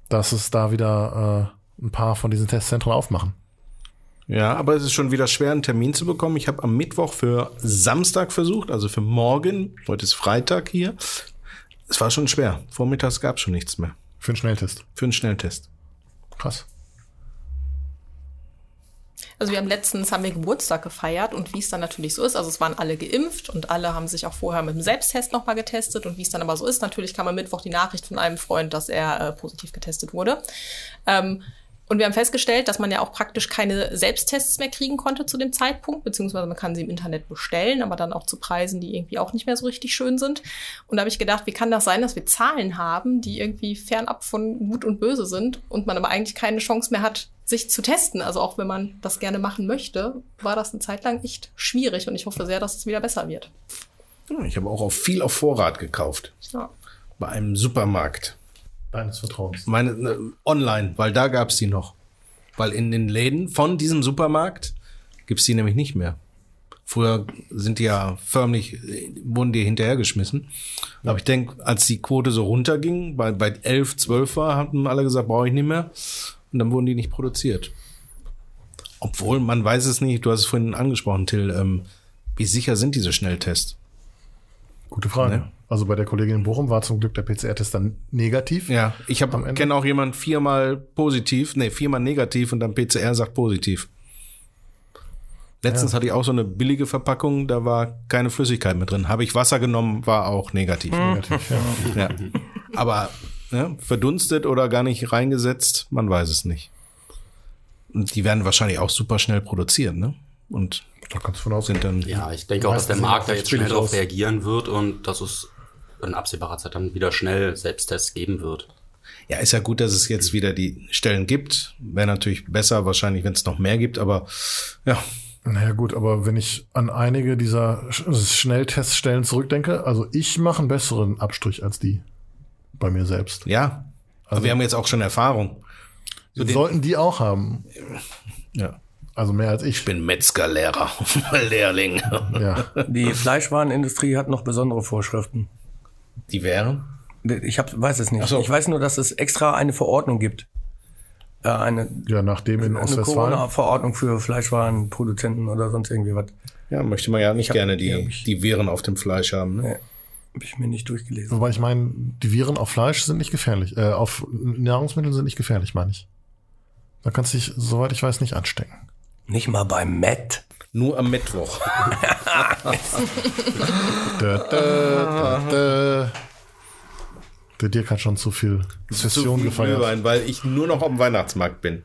S1: dass es da wieder äh, ein paar von diesen Testzentren aufmachen.
S4: Ja, aber es ist schon wieder schwer, einen Termin zu bekommen. Ich habe am Mittwoch für Samstag versucht, also für morgen. Heute ist Freitag hier. Es war schon schwer. Vormittags gab es schon nichts mehr.
S1: Für einen Schnelltest.
S4: Für einen Schnelltest.
S1: Krass.
S6: Also wir haben letztens haben wir Geburtstag gefeiert und wie es dann natürlich so ist, also es waren alle geimpft und alle haben sich auch vorher mit dem Selbsttest nochmal getestet und wie es dann aber so ist, natürlich kam am Mittwoch die Nachricht von einem Freund, dass er äh, positiv getestet wurde. Ähm, und wir haben festgestellt, dass man ja auch praktisch keine Selbsttests mehr kriegen konnte zu dem Zeitpunkt, beziehungsweise man kann sie im Internet bestellen, aber dann auch zu Preisen, die irgendwie auch nicht mehr so richtig schön sind. Und da habe ich gedacht, wie kann das sein, dass wir Zahlen haben, die irgendwie fernab von Gut und Böse sind und man aber eigentlich keine Chance mehr hat, sich zu testen. Also auch wenn man das gerne machen möchte, war das eine Zeit lang echt schwierig und ich hoffe sehr, dass es wieder besser wird.
S4: Ja, Ich habe auch auf viel auf Vorrat gekauft.
S6: Ja.
S4: Bei einem Supermarkt.
S1: Deines Vertrauens.
S4: Meine, ne, online, weil da gab es die noch. Weil in den Läden von diesem Supermarkt gibt es die nämlich nicht mehr. Früher sind die ja förmlich, äh, wurden die hinterhergeschmissen. Aber ich denke, als die Quote so runterging, bei, bei 11, 12 war, haben alle gesagt, brauche ich nicht mehr. Und dann wurden die nicht produziert. Obwohl, man weiß es nicht, du hast es vorhin angesprochen, Till, ähm, wie sicher sind diese Schnelltests?
S1: Gute Frage.
S4: Ne?
S1: Also bei der Kollegin in Bochum war zum Glück der PCR-Test dann negativ.
S4: Ja, ich
S1: Am
S4: habe
S1: Ende?
S4: kenne auch jemand viermal positiv, nee, viermal negativ und dann PCR sagt positiv. Letztens hatte ich auch so eine billige Verpackung, da war keine Flüssigkeit mit drin. Habe ich Wasser genommen, war auch negativ.
S1: Negativ, ja.
S4: Ja. Aber ne, verdunstet oder gar nicht reingesetzt, man weiß es nicht. Und die werden wahrscheinlich auch super schnell produziert, ne? Und
S1: Da kannst du von ausgehen.
S4: sind dann
S3: Ja, ich denke auch, dass der
S1: Meistens
S3: Markt da
S1: sieht
S3: jetzt
S1: das billig
S3: schnell darauf
S1: aus.
S3: reagieren wird und dass es in absehbarer Zeit dann wieder schnell Selbsttests geben wird.
S4: Ja, ist ja gut, dass es jetzt wieder die Stellen gibt. Wäre natürlich besser wahrscheinlich, wenn es noch mehr gibt, aber ja,
S1: Naja gut, aber wenn ich an einige dieser Sch- also Schnellteststellen zurückdenke, also ich mache einen besseren Abstrich als die bei mir selbst.
S4: ja. Aber wir haben jetzt auch schon Erfahrung. den-
S1: Sollten die auch haben.
S4: Ja.
S1: Also mehr als ich.
S4: Bin Metzgerlehrer, Lehrling.
S1: Ja.
S2: Die Fleischwarenindustrie hat noch besondere Vorschriften.
S4: Die wären?
S2: Ich hab, weiß es
S4: Ach
S2: nicht.
S4: so.
S2: Ich weiß nur, dass es extra eine Verordnung gibt. Äh, eine
S1: ja, nachdem in
S2: eine
S1: Ostwestfalen.
S2: Corona-Verordnung für Fleischwarenproduzenten oder sonst irgendwie was.
S4: Ja, möchte man ja nicht
S2: hab-
S4: gerne
S2: ja,
S4: die,
S2: ich-
S4: die Viren auf dem Fleisch haben. Ne?
S2: Hab ich mir nicht durchgelesen.
S1: Wobei ich meine, die Viren auf Fleisch sind nicht gefährlich. Äh, auf Nahrungsmittel sind nicht gefährlich, meine ich. Da kannst du dich, soweit ich weiß, nicht anstecken.
S2: Nicht mal bei Matt.
S4: Nur am Mittwoch.
S1: Dö, dö, dö, dö. Der Dirk hat schon zu viel Session
S4: Zu viel
S1: gefeiert.
S4: Glühwein, weil ich nur noch am Weihnachtsmarkt bin.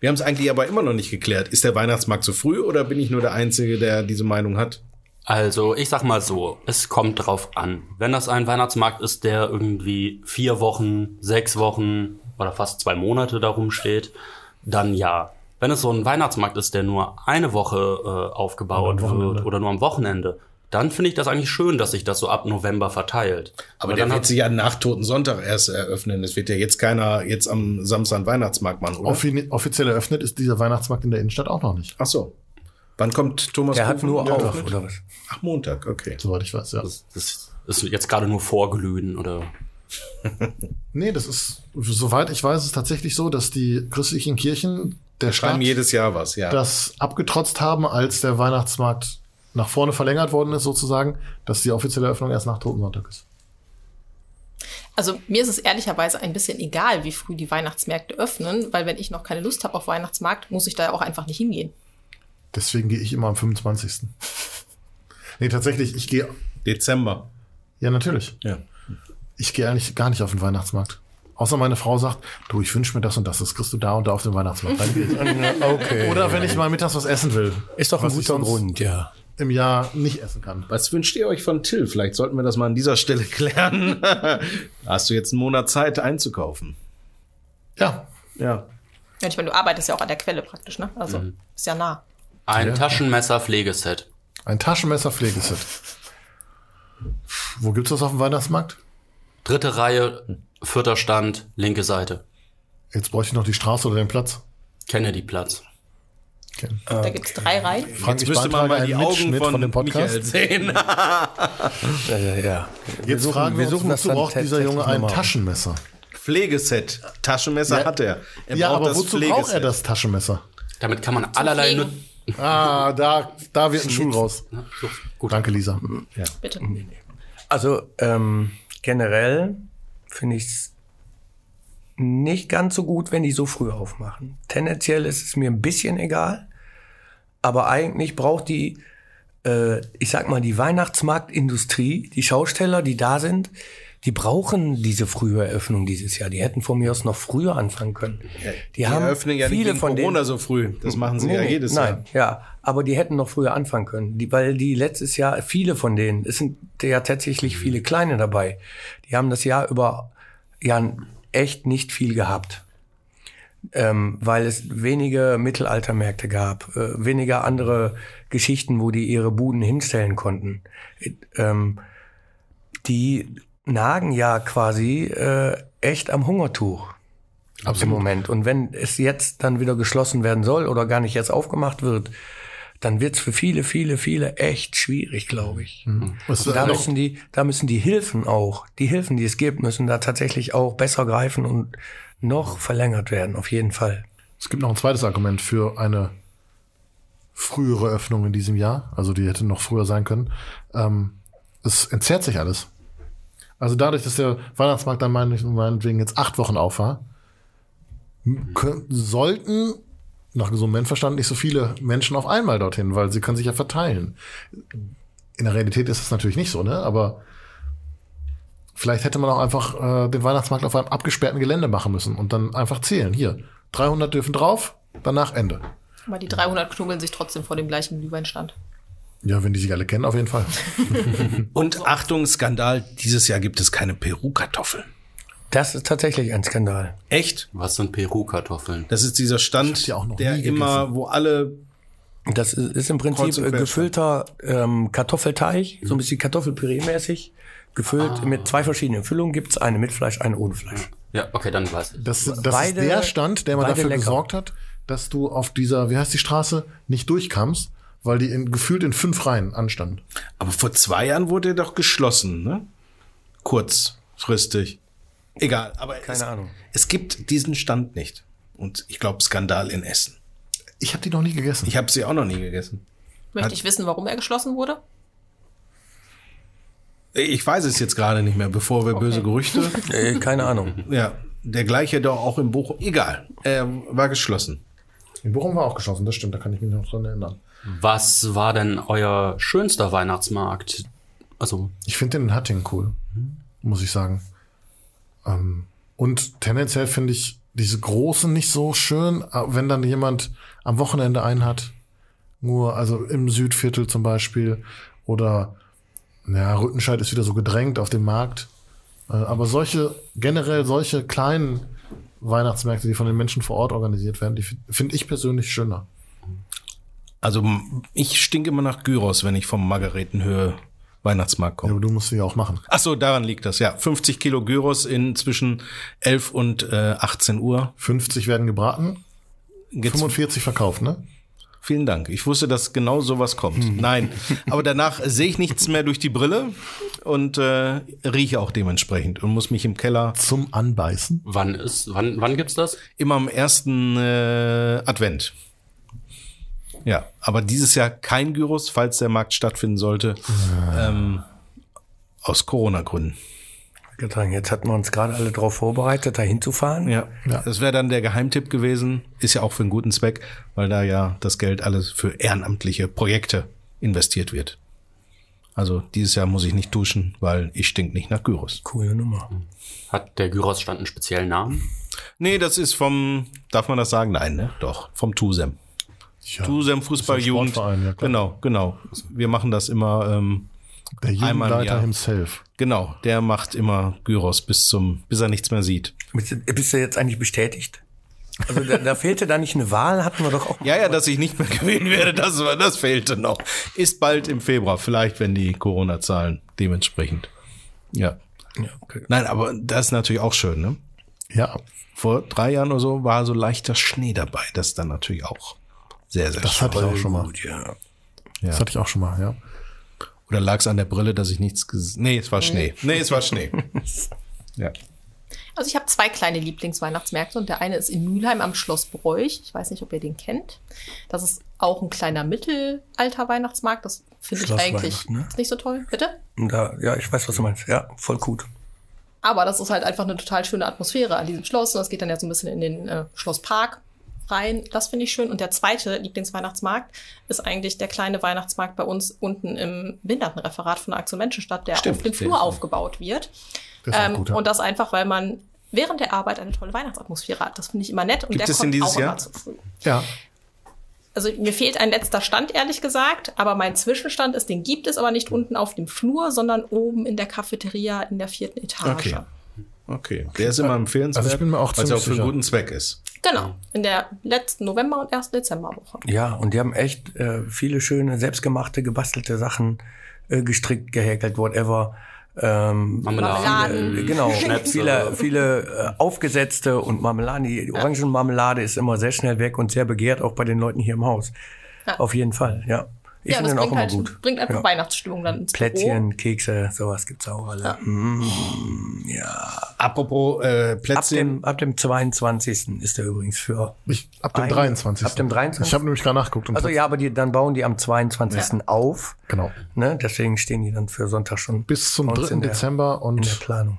S4: Wir haben es eigentlich aber immer noch nicht geklärt. Ist der Weihnachtsmarkt zu früh oder bin ich nur der Einzige, der diese Meinung hat?
S3: Also, ich sag mal so, es kommt drauf an. Wenn das ein Weihnachtsmarkt ist, der irgendwie vier Wochen, sechs Wochen oder fast zwei Monate darum steht, dann ja. Wenn es so ein Weihnachtsmarkt ist, der nur eine Woche äh, aufgebaut wird oder nur am Wochenende, dann finde ich das eigentlich schön, dass sich das so ab November verteilt.
S4: Aber
S3: Weil
S4: der
S3: dann
S4: wird
S3: hat
S4: sich ja nach Toten Sonntag erst eröffnen. Es wird ja jetzt keiner jetzt am Samstag einen Weihnachtsmarkt machen, oder?
S1: Offi- offiziell eröffnet ist dieser Weihnachtsmarkt in der Innenstadt auch noch nicht,
S4: Ach so. Wann kommt Thomas
S2: Der hat
S4: Kuchen?
S2: nur
S4: Ja,
S2: auf,
S4: doch.
S2: oder was?
S4: Ach, Montag, okay.
S1: soweit ich weiß, ja.
S3: das, das ist jetzt gerade nur vorglühen oder
S1: Nee, das ist, soweit ich weiß, ist tatsächlich so, dass die christlichen Kirchen der Stadt
S4: Schreiben jedes Jahr was, ja.
S1: das abgetrotzt haben, als der Weihnachtsmarkt nach vorne verlängert worden ist, sozusagen, dass die offizielle Eröffnung erst nach Totensonntag ist.
S6: Also mir ist es ehrlicherweise ein bisschen egal, wie früh die Weihnachtsmärkte öffnen, weil wenn ich noch keine Lust habe auf Weihnachtsmarkt, muss ich da ja auch einfach nicht hingehen.
S1: Deswegen gehe ich immer am 25. Nee, tatsächlich, ich gehe.
S4: Dezember.
S1: Ja, natürlich.
S4: Ja.
S1: Ich gehe eigentlich gar nicht auf den Weihnachtsmarkt. Außer meine Frau sagt, du, ich wünsche mir das und das, das kriegst du da und da auf dem Weihnachtsmarkt. Dann gehe ich.
S2: Okay.
S1: Oder wenn ich mal mittags was essen will.
S2: Ist doch ein
S1: was ich
S2: guter
S1: sonst
S2: Grund, ja.
S1: Im Jahr nicht essen kann.
S4: Was wünscht ihr euch von Till? Vielleicht sollten wir das mal an dieser Stelle klären. Hast du jetzt einen Monat Zeit einzukaufen?
S1: Ja.
S4: Ja.
S6: Ja, ich meine, du arbeitest ja auch an der Quelle praktisch, ne? Also ist ja nah.
S3: Ein Taschenmesser-Pflegeset.
S1: Ein Taschenmesser-Pflegeset. Wo gibt's das auf dem Weihnachtsmarkt?
S3: Dritte Reihe, vierter Stand, linke Seite.
S1: Jetzt bräuchte ich noch die Straße oder den Platz.
S3: Kennedyplatz.
S1: Okay.
S2: Äh,
S6: Da gibt's drei Reihen.
S1: Frank, ich beantrage einen Mitschnitt von dem Podcast.
S4: Michael sehen.
S2: Ja, ja, ja.
S1: Jetzt
S2: suchen-
S1: fragen wir,
S2: wir
S1: uns,
S2: suchen das
S1: wozu
S2: dann
S1: braucht dieser
S2: tatsächlich
S1: Junge ein
S2: nochmal.
S1: Taschenmesser?
S4: Pflegeset. Taschenmesser
S1: Ja.
S4: hat er. er
S1: ja,
S4: braucht
S1: aber
S4: das
S1: wozu braucht er das Taschenmesser?
S3: Damit kann man allerlei...
S6: Pflegen.
S3: Nut-
S1: Ah, da, da wird ein Schuh raus.
S3: So, Gut.
S1: Danke, Lisa.
S6: Bitte.
S2: Mhm. Also ähm, generell finde ich es nicht ganz so gut, wenn die so früh aufmachen. Tendenziell ist es mir ein bisschen egal, aber eigentlich braucht die, äh, ich sag mal, die Weihnachtsmarktindustrie, die Schausteller, die da sind, die brauchen diese frühe Eröffnung dieses Jahr. Die hätten von mir aus noch früher anfangen können. Die,
S4: Die
S2: haben
S4: eröffnen ja
S2: viele
S4: nicht
S2: von
S4: von
S2: denen.
S4: Corona so früh. Das machen sie ja
S2: Nee,
S4: jedes Jahr.
S2: nein, ja, aber die hätten noch früher anfangen können, die, weil die letztes Jahr, viele von denen, es sind ja tatsächlich viele Kleine dabei, die haben das Jahr über ja echt nicht viel gehabt, ähm, weil es wenige Mittelaltermärkte gab, äh, weniger andere Geschichten, wo die ihre Buden hinstellen konnten. Äh, Ähm, die nagen ja quasi äh, echt am Hungertuch im Moment. Und wenn es jetzt dann wieder geschlossen werden soll oder gar nicht jetzt aufgemacht wird, dann wird's für viele, viele, viele echt schwierig, glaube ich.
S1: Was,
S2: Und Da
S1: äh, noch-
S2: müssen, die, da müssen die Hilfen auch, die Hilfen, die es gibt, müssen da tatsächlich auch besser greifen und noch verlängert werden, auf jeden Fall.
S1: es gibt noch ein zweites Argument für eine frühere Öffnung in diesem Jahr. Also die hätte noch früher sein können. Ähm, es entzerrt sich alles. Also dadurch, dass der Weihnachtsmarkt dann mein- meinetwegen jetzt acht Wochen auf war, m- kö- sollten nach gesundem Menschenverstand nicht so viele Menschen auf einmal dorthin, weil sie können sich ja verteilen. In der Realität ist es natürlich nicht so, ne? Aber vielleicht hätte man auch einfach äh, den Weihnachtsmarkt auf einem abgesperrten Gelände machen müssen und dann einfach zählen. Hier, 300 dürfen drauf, danach Ende.
S6: Aber die 300 knobeln sich trotzdem vor dem gleichen Glühweinstand.
S1: Ja, wenn die sich alle kennen, auf jeden Fall.
S4: Und Achtung, Skandal, dieses Jahr gibt es keine Peru-Kartoffeln.
S2: Das ist tatsächlich ein Skandal.
S4: Echt?
S3: Was sind Peru-Kartoffeln?
S4: Das ist dieser
S1: Ich hab
S4: Stand,
S1: die auch noch
S4: der
S1: nie
S4: immer, wo alle
S2: Das ist, ist im Prinzip
S4: Kreuz und
S2: äh,
S4: quer.
S2: gefüllter ähm, Kartoffelteig, so ein bisschen Kartoffelpüree-mäßig, gefüllt mit zwei verschiedenen Füllungen. Gibt's eine mit Fleisch, eine ohne Fleisch.
S3: Ja, okay, dann weiß ich.
S1: Das, das
S2: Beide-
S1: ist der Stand, der mal
S2: beide
S1: dafür
S2: lecker.
S1: gesorgt hat, dass du auf dieser, wie heißt die Straße, nicht durchkamst, weil die in, gefühlt in fünf Reihen anstanden.
S4: Aber vor zwei Jahren wurde er doch geschlossen, ne? Kurzfristig. Egal, aber
S2: Keine
S4: es,
S2: Ahnung.
S4: es gibt diesen Stand nicht. Und ich glaube, Skandal in Essen.
S1: Ich habe die noch nie gegessen.
S4: Ich habe sie auch noch nie gegessen.
S6: Möchte
S4: Hat-
S6: ich wissen, warum er geschlossen wurde?
S4: Ich weiß es jetzt gerade nicht mehr, bevor wir böse Gerüchte.
S2: Äh, keine Ahnung.
S4: ja, der gleiche doch auch im Bochum. Egal, er war geschlossen.
S1: in Bochum war auch geschossen, das stimmt, da kann ich mich noch dran erinnern.
S3: Was war denn euer schönster Weihnachtsmarkt? Also,
S1: Ich finde den in Hattingen cool, muss ich sagen. Ähm, und tendenziell finde ich diese großen nicht so schön, äh, wenn dann jemand am Wochenende einen hat. Nur, also im Südviertel zum Beispiel. Oder, ja, Rüttenscheid ist wieder so gedrängt auf dem Markt. Äh, aber solche, generell solche kleinen Weihnachtsmärkte, die von den Menschen vor Ort organisiert werden, die fi- finde ich persönlich schöner.
S4: Also m- ich stinke immer nach Gyros, wenn ich vom Margaretenhöhe Weihnachtsmarkt
S1: Ja,
S4: komme.
S1: aber du musst sie ja auch machen.
S4: Ach so, daran liegt das, ja. 50 Kilo Gyros in zwischen 11 und äh, 18 Uhr.
S1: 50 werden gebraten,
S4: Gibt's
S1: 45 verkauft, ne?
S4: Vielen Dank. Ich wusste, dass genau sowas kommt. Nein, aber danach sehe ich nichts mehr durch die Brille und äh, rieche auch dementsprechend und muss mich im Keller
S1: Zum Anbeißen.
S3: wann ist, wann, wann gibt's das?
S4: immer am ersten äh, Advent. Ja, aber dieses Jahr kein Gyros, falls der Markt stattfinden sollte, ähm, aus Corona-Gründen.
S2: Ich würd sagen, Jetzt hatten wir uns gerade alle darauf vorbereitet, da hinzufahren.
S4: Ja.
S1: Ja.
S4: das wäre dann der Geheimtipp gewesen. Ist ja auch für einen guten Zweck, weil da ja das Geld alles für ehrenamtliche Projekte investiert wird. Also dieses Jahr muss ich nicht duschen, weil ich stink nicht nach Gyros.
S2: Coole Nummer.
S3: Hat der Gyros-Stand einen speziellen Namen?
S4: Nee, das ist vom, darf man das sagen? Nein, ne? Doch, vom Tusem.
S1: Ja,
S4: Tusem Fußballjugend.
S1: ist ein Sportverein, ja klar.
S4: genau, genau. Wir machen das immer, ähm,
S1: der
S4: einmal im
S1: Jugendleiter
S4: Jahr.
S1: himself.
S4: genau, der macht immer Gyros bis zum, bis er nichts mehr sieht.
S2: Bist du, bist du jetzt eigentlich bestätigt? Also da, da fehlte da nicht eine Wahl, hatten wir doch auch.
S4: Ja, ja, dass ich nicht mehr gewinnen werde, das, war- das fehlte noch. Ist bald im Februar, vielleicht, wenn die Corona-Zahlen dementsprechend. Ja.
S2: Ja, okay.
S4: Nein, aber das ist natürlich auch schön, ne?
S1: Ja,
S4: Vor drei Jahren oder so war so leichter Schnee dabei. Das ist dann natürlich auch sehr, sehr
S1: das hatte ich auch schon mal.
S2: Gut, ja.
S1: Das hatte ich auch schon mal, ja.
S4: Oder lag es an der Brille, dass ich nichts gesehen Nee, es war Schnee. Nee, es war Schnee. ja.
S6: Also ich habe zwei kleine Lieblingsweihnachtsmärkte und der eine ist in Mülheim am Schloss Bräuch. Ich weiß nicht, ob ihr den kennt. Das ist auch ein kleiner Mittelalter-Weihnachtsmarkt. Das finde ich
S2: Schloss
S6: eigentlich
S2: Weihnachten, ne?
S6: nicht so toll. Bitte?
S2: Und Da, ja, ich weiß, was du meinst. Ja, voll gut.
S6: Aber das ist halt einfach eine total schöne Atmosphäre an diesem Schloss. Und das geht dann ja so ein bisschen in den äh, Schlosspark rein. Das finde ich schön. Und der zweite Lieblingsweihnachtsmarkt ist eigentlich der kleine Weihnachtsmarkt bei uns unten im Behindertenreferat von der Aktion Menschenstadt, der
S4: Stimmt,
S6: auf dem
S4: der
S6: Flur
S4: ist-
S6: aufgebaut wird.
S1: Das ist auch
S6: Ähm,
S1: gut, ja.
S6: Und das einfach, weil man während der Arbeit eine tolle Weihnachtsatmosphäre hat. Das finde ich immer nett. Und
S4: Gibt
S6: der
S4: es denn
S6: kommt
S4: dieses
S6: auch immer
S4: Jahr?
S6: zu früh.
S1: Ja,
S6: Also mir fehlt ein letzter Stand, ehrlich gesagt. Aber mein Zwischenstand ist, den gibt es aber nicht unten auf dem Flur, sondern oben in der Cafeteria in der vierten Etage.
S4: Okay. Okay. Der ist immer empfehlenswert,
S1: Also ich bin mir auch
S4: weil es
S1: ziemlich
S4: auch für einen
S1: sicher.
S4: guten Zweck ist.
S6: Genau, in der letzten November- und ersten Dezemberwoche.
S2: Ja, und die haben echt äh, viele schöne, selbstgemachte, gebastelte Sachen äh, gestrickt, gehäkelt, whatever. Ähm,
S6: Marmeladen.
S2: äh, genau,
S3: Schnäpse.
S2: viele, viele äh, aufgesetzte und Marmeladen. Die Orangenmarmelade ist immer sehr schnell weg und sehr begehrt, auch bei den Leuten hier im Haus.
S6: Ja.
S2: Auf jeden Fall, ja. Ich
S6: ja,
S2: finde
S6: das
S2: den auch
S6: bringt,
S2: immer
S6: halt,
S2: gut.
S6: bringt einfach
S2: Ja.
S6: Weihnachtsstimmung dann ins Büro.
S2: Plätzchen, Kekse, sowas gibt's auch alle.
S4: Apropos äh,
S2: Ab,
S4: Plätzchen.
S2: dem, ab dem 22. ist der übrigens für.
S1: ich, ab dem
S2: Ein-
S1: 23.
S2: ab dem 23..
S1: Ich habe nämlich gerade nachgeguckt. Und
S2: Also ja, aber die, dann bauen die am 22. auf.
S1: Genau.
S2: Ne? Deswegen stehen die dann für Sonntag schon
S1: Bis zum
S2: bei uns
S1: 3.
S2: in der-
S1: Dezember
S2: in der
S1: und
S2: Planung.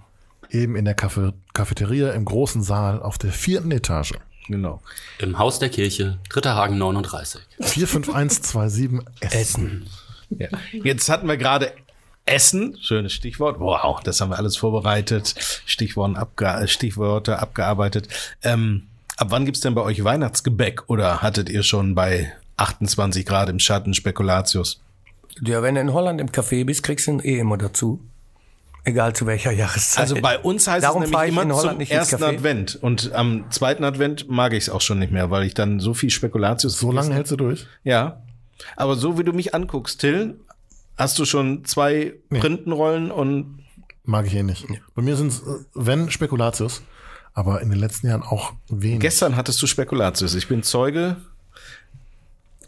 S1: eben in der Café Cafeteria im großen Saal auf der vierten Etage.
S4: Genau.
S3: Im Haus der Kirche, Dritter Hagen 39.
S1: 45127 Essen.
S4: Ja. Jetzt hatten wir gerade Essen, schönes Stichwort. Wow, das haben wir alles vorbereitet, Stichworte, abge Stichworte abgearbeitet. Ähm, ab wann gibt's denn bei euch Weihnachtsgebäck oder hattet ihr schon bei 28 Grad im Schatten Spekulatius?
S2: Ja, wenn du in Holland im Café bist, kriegst du ihn eh immer dazu. Egal zu welcher Jahreszeit.
S4: Also bei uns heißt
S2: Äh, Darum
S4: es
S2: fahre
S4: nämlich
S2: ich
S4: immer
S2: in Holland
S4: zum
S2: nicht ins
S4: ersten
S2: Café.
S4: Advent und am zweiten Advent mag ich es auch schon nicht mehr, weil ich dann so viel Spekulatius
S1: So lange hältst du durch?
S4: Ja. Aber so wie du mich anguckst, Till, hast du schon zwei Printenrollen und
S1: Mag ich eh nicht. Bei mir sind es, wenn, Spekulatius. Aber in den letzten Jahren auch wenig.
S4: gestern hattest du Spekulatius. Ich bin Zeuge.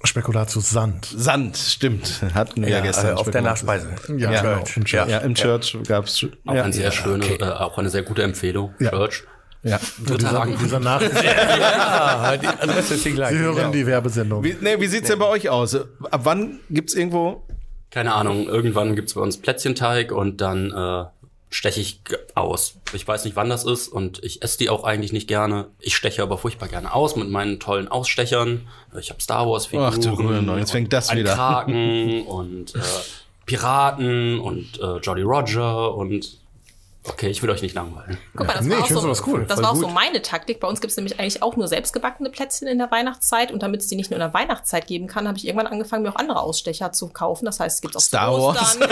S1: Spekulatius Sand.
S4: Sand, stimmt. Hatten wir ja,
S2: ja,
S4: gestern.
S2: äh, auf der
S4: Spekulatius.
S2: Nachspeise.
S1: Ja,
S4: Ja.
S1: genau. Im Church.
S4: Ja, im Church gab's.
S3: Auch
S4: ja,
S3: eine sehr schöne, äh, auch eine sehr gute Empfehlung.
S1: Ja.
S3: Church.
S4: ja.
S3: Dritter
S1: Dieser,
S3: Hagen.
S1: dieser Nachricht.
S2: Ah, die Adresse ist die
S1: Sie
S2: gleiche.
S1: hören
S2: genau.
S1: die Werbesendung.
S4: Wie, nee, wie sieht's denn bei euch aus? Ab wann gibt's irgendwo?
S3: Keine Ahnung, irgendwann gibt's bei uns Plätzchenteig und dann äh, steche ich g- aus. Ich weiß nicht, wann das ist und ich esse die auch eigentlich nicht gerne. Ich steche aber furchtbar gerne aus mit meinen tollen Ausstechern. Äh, Ich habe Star Wars Figuren.
S4: Ach du grüne Neune, jetzt fängt das
S3: und einen
S4: wieder an.
S3: Kraken und äh, Piraten und äh, Jolly Roger und okay, ich will euch nicht langweilen.
S6: Guck mal, das
S1: Nee,
S6: war
S1: ich
S6: auch,
S1: find
S6: so,
S1: sowas cool.
S6: das
S1: Voll
S6: war auch
S1: gut.
S6: so meine Taktik. Bei uns gibt es nämlich eigentlich auch nur selbstgebackene Plätzchen in der Weihnachtszeit. Und damit es die nicht nur in der Weihnachtszeit geben kann, habe ich irgendwann angefangen, mir auch andere Ausstecher zu kaufen. Das heißt, es gibt auch
S4: Star
S6: zu
S4: Wars.
S6: Ostern,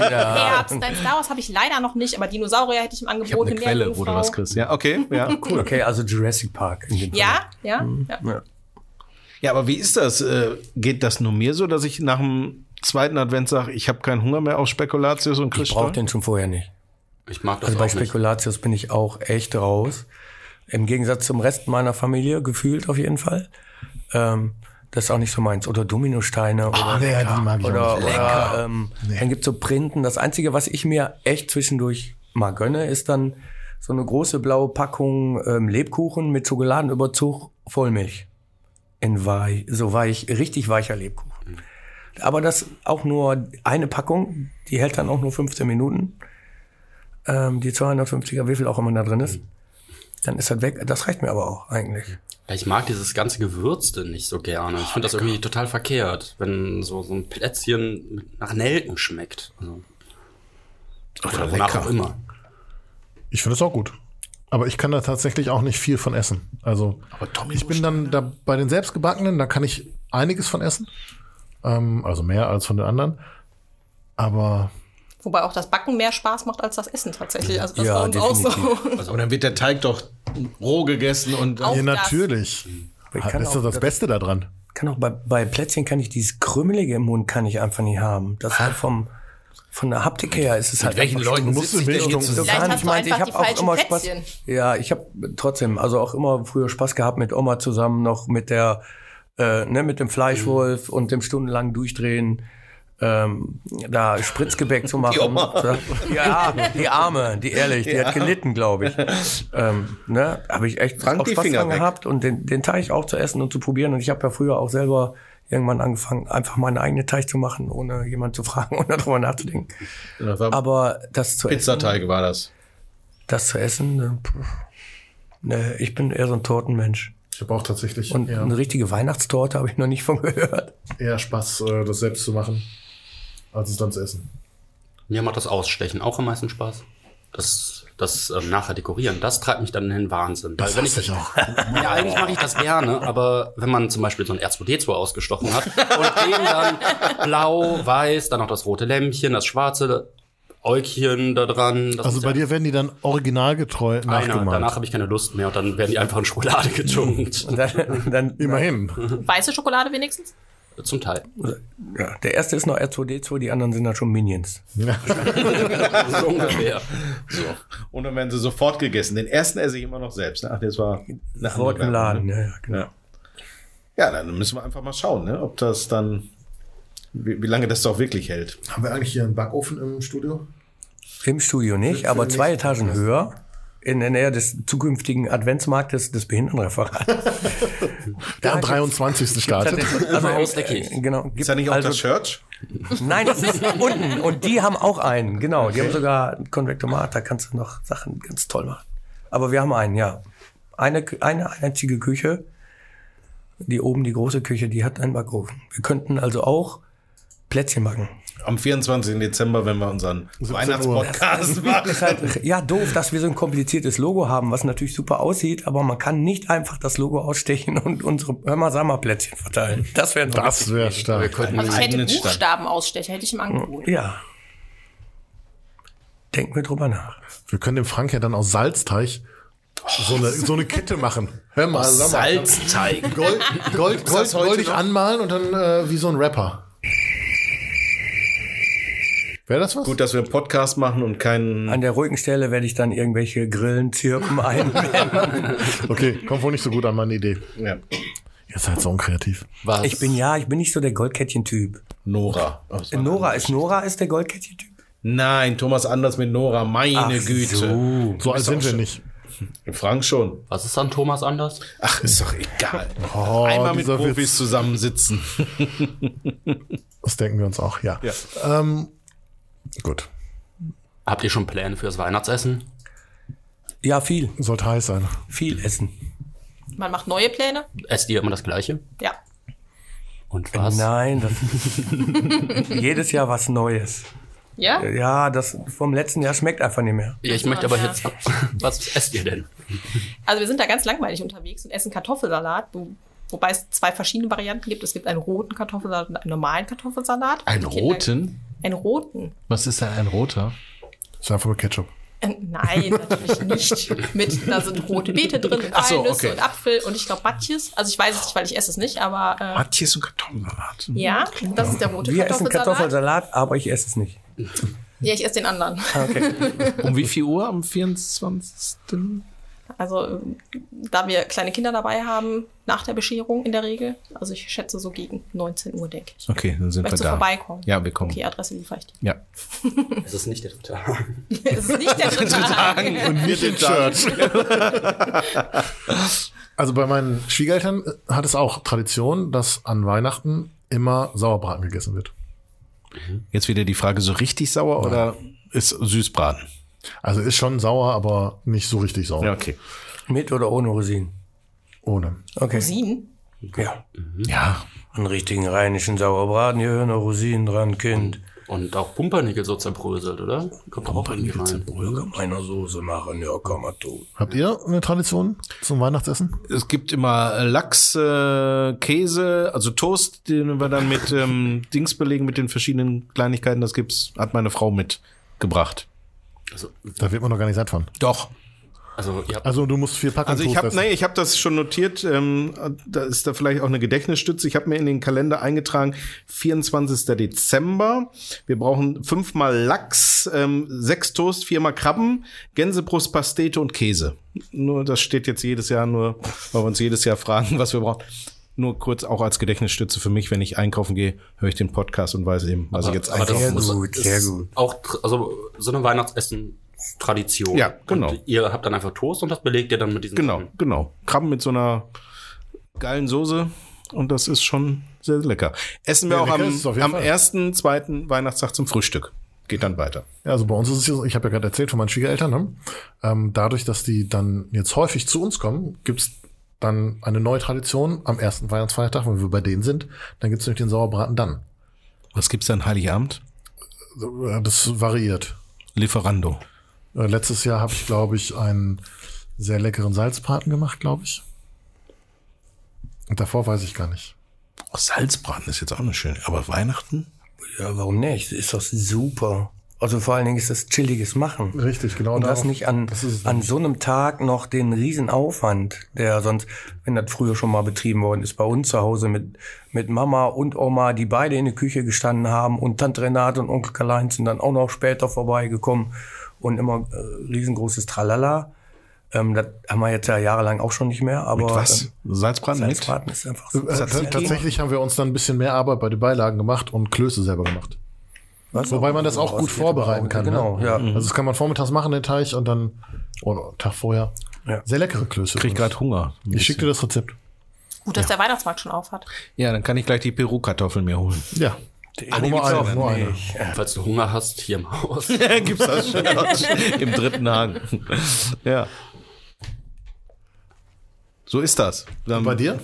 S6: Herbst. Nein, Star Wars habe ich leider noch nicht, aber Dinosaurier hätte ich im
S4: Ich hab
S6: Angebot.
S4: eine
S6: eine
S4: Quelle, wo du
S6: Meerjungfrau.
S4: was kriegst. Ja, okay, ja, cool.
S2: Okay, also Jurassic Park. In dem
S6: Ja, ja, ja.
S4: Ja, aber wie ist das? Äh, Geht das nur mir so, dass ich nach dem zweiten Advent sage, ich habe keinen Hunger mehr auf Spekulatius und
S2: Fall. Ich brauche
S4: Christstollen?
S2: den schon vorher nicht.
S3: Ich mag das
S2: Also bei
S3: auch nicht.
S2: Spekulatius bin ich auch echt raus. Im Gegensatz zum Rest meiner Familie, gefühlt auf jeden Fall. Ähm, das ist auch nicht so meins. Oder Dominosteine oder,
S1: Ah, nee, ja, die mag ich
S2: oder,
S1: auch nicht.
S2: oder ähm, dann gibt's so Printen. Das Einzige, was ich mir echt zwischendurch mal gönne, ist dann so eine große blaue Packung ähm, Lebkuchen mit Schokoladenüberzug Vollmilch. In weich, so weich, richtig weicher Lebkuchen. Aber das auch nur eine Packung, die hält dann auch nur 15 Minuten. Ähm, die 250er, wie viel auch immer da drin ist. Dann ist das weg. Das reicht mir aber auch eigentlich.
S3: Ja, ich mag dieses ganze Gewürzte nicht so gerne. Ich finde das irgendwie total verkehrt, wenn so, so ein Plätzchen mit- nach Nelken schmeckt. Also, oder wonach
S4: lecker.
S3: auch immer.
S1: Ich finde es auch gut. Aber ich kann da tatsächlich auch nicht viel von essen. Also ich bin dann da bei den selbstgebackenen, da kann ich einiges von essen. Ähm, also mehr als von den anderen. Aber
S6: Wobei auch das Backen mehr Spaß macht als das Essen tatsächlich. Also das
S2: Ja,
S6: war uns auch so.
S2: definitiv.
S4: Und also, dann wird der Teig doch roh gegessen und
S6: Auch
S1: ja,
S6: das.
S1: natürlich.
S2: Ich
S1: Das
S2: kann
S1: ist doch
S2: auch-
S1: das Beste daran.
S2: Kann auch bei, bei Plätzchen kann ich dieses Krümelige im Mund kann ich einfach nicht haben. Das ist halt vom von der Haptik her ist es halt. einfach
S4: Leuten
S1: musst
S4: sitze
S1: du
S4: ich denn hier
S1: Milch-
S4: zusammen?
S6: Vielleicht
S2: Nein,
S6: hast
S2: ich
S6: du
S2: meinte, ich
S6: einfach
S2: habe
S6: die
S2: auch
S6: falschen
S2: immer Spaß.
S6: Plätzchen.
S2: Ja, ich habe trotzdem, also auch immer früher Spaß gehabt mit Oma zusammen noch mit der, äh, ne, mit dem Fleischwolf und dem stundenlangen Durchdrehen. Ähm, da Spritzgebäck zu machen.
S4: Oma.
S2: Ja, die Arme, die ehrlich, die hat gelitten, glaube ich. Ähm, ne, habe ich echt
S4: Frank,
S2: auch
S4: die
S2: Spaß
S4: Finger
S2: dran
S4: weg.
S2: gehabt und den, den Teig auch zu essen und zu probieren. Und ich habe ja früher auch selber irgendwann angefangen, einfach meinen eigenen Teig zu machen, ohne jemanden zu fragen, ohne darüber nachzudenken.
S4: Das war
S2: Aber das zu essen,
S4: Pizzateig war das.
S2: das zu essen, äh, pff, ne, ich bin eher so ein Tortenmensch.
S1: Ich habe auch tatsächlich
S2: Und
S1: eher,
S2: eine richtige Weihnachtstorte habe ich noch nicht von gehört.
S1: eher Spaß, äh, das selbst zu machen, als es dann zu essen.
S3: Mir macht das Ausstechen auch am meisten Spaß. Das, das ähm, nachher dekorieren, das treibt mich dann in den Wahnsinn. Weil Also wenn ich das,
S1: auch.
S3: ja, eigentlich mache ich das gerne, aber wenn man zum Beispiel so ein R2D2 ausgestochen hat und den dann blau, weiß, dann noch das rote Lämpchen, das schwarze Äugchen da dran. Das
S1: Also
S3: ist
S1: bei
S3: ja
S1: dir werden die dann originalgetreu
S3: einer,
S1: nachgemalt.
S3: danach habe ich keine Lust mehr und dann werden die einfach in Schokolade gejunkt.
S2: Dann, dann,
S1: Immerhin.
S3: Mhm.
S6: Weiße Schokolade wenigstens?
S3: Zum Teil.
S2: ja, der erste ist noch R2D2, die anderen sind dann schon Minions.
S3: So ungefähr.
S4: Und dann werden sie sofort gegessen. Den ersten esse ich immer noch selbst. ne? Ach, das war eine
S2: Sofort
S4: andere
S2: im Laden,
S4: Werbung, ne?
S2: ja, ja, genau.
S4: Ja. ja, dann müssen wir einfach mal schauen, ne? ob das dann, wie, wie lange das doch wirklich hält.
S1: Haben wir eigentlich hier einen Backofen im Studio?
S2: Im Studio nicht, aber zwei Etagen höher. In der Nähe des zukünftigen Adventsmarktes des Behindertenreferats.
S1: Der am 23. startet.
S2: Also,
S3: aus der Kirche.
S2: äh, genau. Gibt,
S4: Ist da nicht auch
S2: also,
S4: das Church?
S2: Nein, das ist unten. Und die haben auch einen, genau. Die haben sogar einen Konvektomat, da kannst du noch Sachen ganz toll machen. Aber wir haben einen, ja. Eine, Kü- eine einzige Küche, die oben, die große Küche, die hat einen Backofen. Wir könnten also auch Plätzchen backen.
S4: Am 24. Dezember, wenn wir unseren
S1: 17 Uhr.
S4: Weihnachtspodcast machen.
S2: Ist halt, ja, doof, dass wir so ein kompliziertes Logo haben, was natürlich super aussieht, aber man kann nicht einfach das Logo ausstechen und unsere hör mal, sag mal, Plätzchen verteilen. Das wäre
S1: Das wäre stark.
S6: Also ich hätte
S4: eigenen Stand.
S6: Buchstabenausstecher, hätte ich im Angebot.
S2: Ja. Denken wir drüber nach.
S1: Wir können dem Frank ja dann aus Salzteig so eine, so eine Kette machen. Hör mal,
S4: ne?
S1: sag mal.
S4: Salzteig.
S1: Gold, Gold,
S4: Gibt's das
S1: Gold,
S4: heute
S1: goldig
S4: noch?
S1: anmalen und dann äh, wie so ein Rapper. Wäre das was?
S4: Gut, dass wir einen Podcast machen und keinen.
S2: An der ruhigen Stelle werde ich dann irgendwelche Grillen, Zirpen einblenden.
S1: Okay, kommt wohl nicht so gut an meine Idee.
S4: Ja.
S1: Ihr seid so unkreativ.
S3: Was?
S2: Ich bin ja, ich bin nicht so der Goldkettchen-Typ.
S4: Nora. Oh, das war-
S2: Äh, Nora ist Nora ist der Goldkettchen-Typ.
S4: Nein, Thomas Anders mit Nora, meine Güte.
S2: So.
S1: So alt sind wir nicht.
S4: Frank schon.
S3: Was ist an Thomas anders?
S4: Ach, ist doch egal.
S1: Oh,
S4: Einmal mit
S1: dieser
S4: Profis
S1: Witz.
S4: zusammensitzen.
S1: Das denken wir uns auch, ja.
S4: Ja.
S1: Ähm, gut,
S3: Habt ihr schon Pläne fürs Weihnachtsessen?
S2: Ja, viel,
S1: sollte heiß sein.
S2: viel essen.
S6: Man macht neue Pläne?
S3: Esst ihr immer das Gleiche?
S6: Ja.
S3: Und was?
S2: Nein, das jedes Jahr was Neues.
S6: Ja?
S2: Ja, das vom letzten Jahr schmeckt einfach nicht mehr.
S3: Ja, ich möchte aber jetzt. Was esst ihr denn?
S6: Also wir sind da ganz langweilig unterwegs und essen Kartoffelsalat, wo, wobei es zwei verschiedene Varianten gibt. Es gibt einen roten Kartoffelsalat und einen normalen Kartoffelsalat.
S5: Einen
S6: Die Kinder-
S5: roten?
S6: Einen roten.
S5: Was ist denn ein roter?
S1: Ist einfach nur Ketchup.
S6: Äh, Nein, natürlich nicht. Mit, da sind rote Beete drin, und
S5: so,
S6: Walnüsse
S5: okay.
S6: und Apfel und ich glaube Matjes. Also ich weiß es nicht, weil ich esse es nicht, aber
S5: Hat hier so Kartoffelsalat.
S6: äh, ja, das ist der rote
S2: Wir essen
S6: Kartoffelsalat.
S2: Kartoffelsalat, aber ich esse es nicht.
S6: Ja, ich esse den anderen.
S5: Um wie viel Uhr am 24.?
S6: Also äh, da wir kleine Kinder dabei haben, nach der Bescherung in der Regel. Also ich schätze so gegen 19 Uhr, denke ich.
S5: Okay, dann sind
S6: Möchtest
S5: wir
S6: du
S5: da.
S6: vorbeikommen?
S5: Ja, wir kommen.
S6: Okay, Adresse liefere ich dir.
S5: Ja.
S3: Es ist nicht der Tag.
S6: Es ist nicht der dritte Tag.
S1: Und nicht in Church. also bei meinen Schwiegereltern äh, hat es auch Tradition, dass an Weihnachten immer Sauerbraten gegessen wird.
S5: Jetzt wieder die Frage, so richtig sauer oder ist Süßbraten?
S1: Also ist schon sauer, aber nicht so richtig sauer.
S5: Ja, okay.
S2: Mit oder ohne Rosinen?
S1: Ohne.
S2: Okay.
S6: Rosinen.
S2: Ja.
S1: Ja.
S2: Einen richtigen rheinischen Sauerbraten, hier hören auch Rosinen dran, Kind.
S3: Und auch Pumpernickel so zerbröselt, oder? Kommt doch auch irgendwie rein.
S2: Kann meiner Soße machen, ja, kann man tun.
S1: Habt ihr eine Tradition zum Weihnachtsessen?
S5: Es gibt immer Lachs, äh, Käse, also Toast, den wir dann mit ähm, Dings belegen, mit den verschiedenen Kleinigkeiten. Das gibt's, hat meine Frau mitgebracht.
S3: Also,
S1: Da wird man noch gar nicht satt von.
S5: Doch.
S3: also ihr habt
S1: Also du musst vier Packungen
S4: Also ich habe,
S1: Toast
S4: nee,
S1: essen.
S4: ich habe das schon notiert. Ähm, da ist da vielleicht auch eine Gedächtnisstütze. Ich habe mir in den Kalender eingetragen 24. Dezember. Wir brauchen fünfmal Lachs, ähm, sechs Toast, viermal Krabben, Gänsebrust, Pastete und Käse. Nur das steht jetzt jedes Jahr nur, weil wir uns jedes Jahr fragen, was wir brauchen. Nur kurz auch als Gedächtnisstütze für mich, wenn ich einkaufen gehe, höre ich den Podcast und weiß eben, was ich jetzt
S3: Aber
S4: einkaufen
S3: das
S2: Sehr
S4: muss.
S3: muss,
S2: gut,
S3: ist
S2: sehr gut.
S3: Auch tr- also so eine Weihnachtsessen-Tradition.
S4: Ja, genau.
S3: Und ihr habt dann einfach Toast und das belegt ihr dann mit diesen
S4: Genau,
S3: Sachen.
S4: genau. Krabben mit so einer geilen Soße und das ist schon sehr lecker. Essen wir
S1: Ja,
S4: auch
S1: lecker ist es auf jeden
S4: am, am
S1: Fall.
S4: ersten, zweiten Weihnachtstag zum Frühstück. Geht dann weiter.
S1: Ja, also bei uns ist es ja so, ich habe ja gerade erzählt von meinen Schwiegereltern, ne? ähm, dadurch, dass die dann jetzt häufig zu uns kommen, gibt's dann eine neue Tradition am ersten Weihnachtsfeiertag, wenn wir bei denen sind, dann gibt's nämlich den Sauerbraten dann.
S5: Was gibt's dann Heiligabend?
S1: So, äh, Das variiert.
S5: Lieferando.
S1: Äh, Letztes Jahr habe ich, glaube ich, einen sehr leckeren Salzbraten gemacht, glaube ich. Und davor weiß ich gar nicht.
S5: Oh, Salzbraten ist jetzt auch eine schöne. Aber Weihnachten?
S2: Ja, warum nicht? Ist doch super. Also vor allen Dingen ist das chilliges Machen.
S1: Richtig, genau.
S2: Und das
S1: darauf-
S2: nicht an,
S1: das ist- äh,
S2: an so einem Tag noch den Riesenaufwand, der sonst, wenn das früher schon mal betrieben worden ist, bei uns zu Hause mit, mit Mama und Oma, die beide in der Küche gestanden haben und Tante Renate und Onkel Karl-Heinz sind dann auch noch später vorbeigekommen und immer äh, riesengroßes Tralala. Ähm, das haben wir jetzt ja jahrelang auch schon nicht mehr, aber
S5: Was?
S2: ähm,
S5: Salzbraten mit?
S2: Salzbraten ist einfach
S1: Äh,
S2: so.
S1: t- tatsächlich haben wir uns dann ein bisschen mehr Arbeit bei den Beilagen gemacht und Klöße selber gemacht.
S2: Was?
S1: Wobei man das auch gut
S2: Was-
S1: vorbereiten kann.
S2: Genau,
S1: ne?
S2: ja.
S1: Also das kann man vormittags machen, den Teich, und dann, oder Tag vorher.
S2: Ja.
S1: Sehr leckere Klöße.
S5: Krieg
S1: übrigens.
S5: gerade Hunger. Ein
S1: Ich schicke dir das Rezept.
S6: Gut, dass der Weihnachtsmarkt schon auf hat.
S5: bisschen. Ja, dann kann ich gleich die Peru-Kartoffeln mir holen.
S1: Ja.
S2: Ah, die
S1: Nur
S2: gibt's
S1: eine,
S2: auch
S1: nur eine.
S2: nicht.
S3: Falls du Hunger hast, hier im Haus. Äh,
S5: Gibt's das schon? Im dritten Hagen. ja. So ist das. Dann
S1: Bei dir?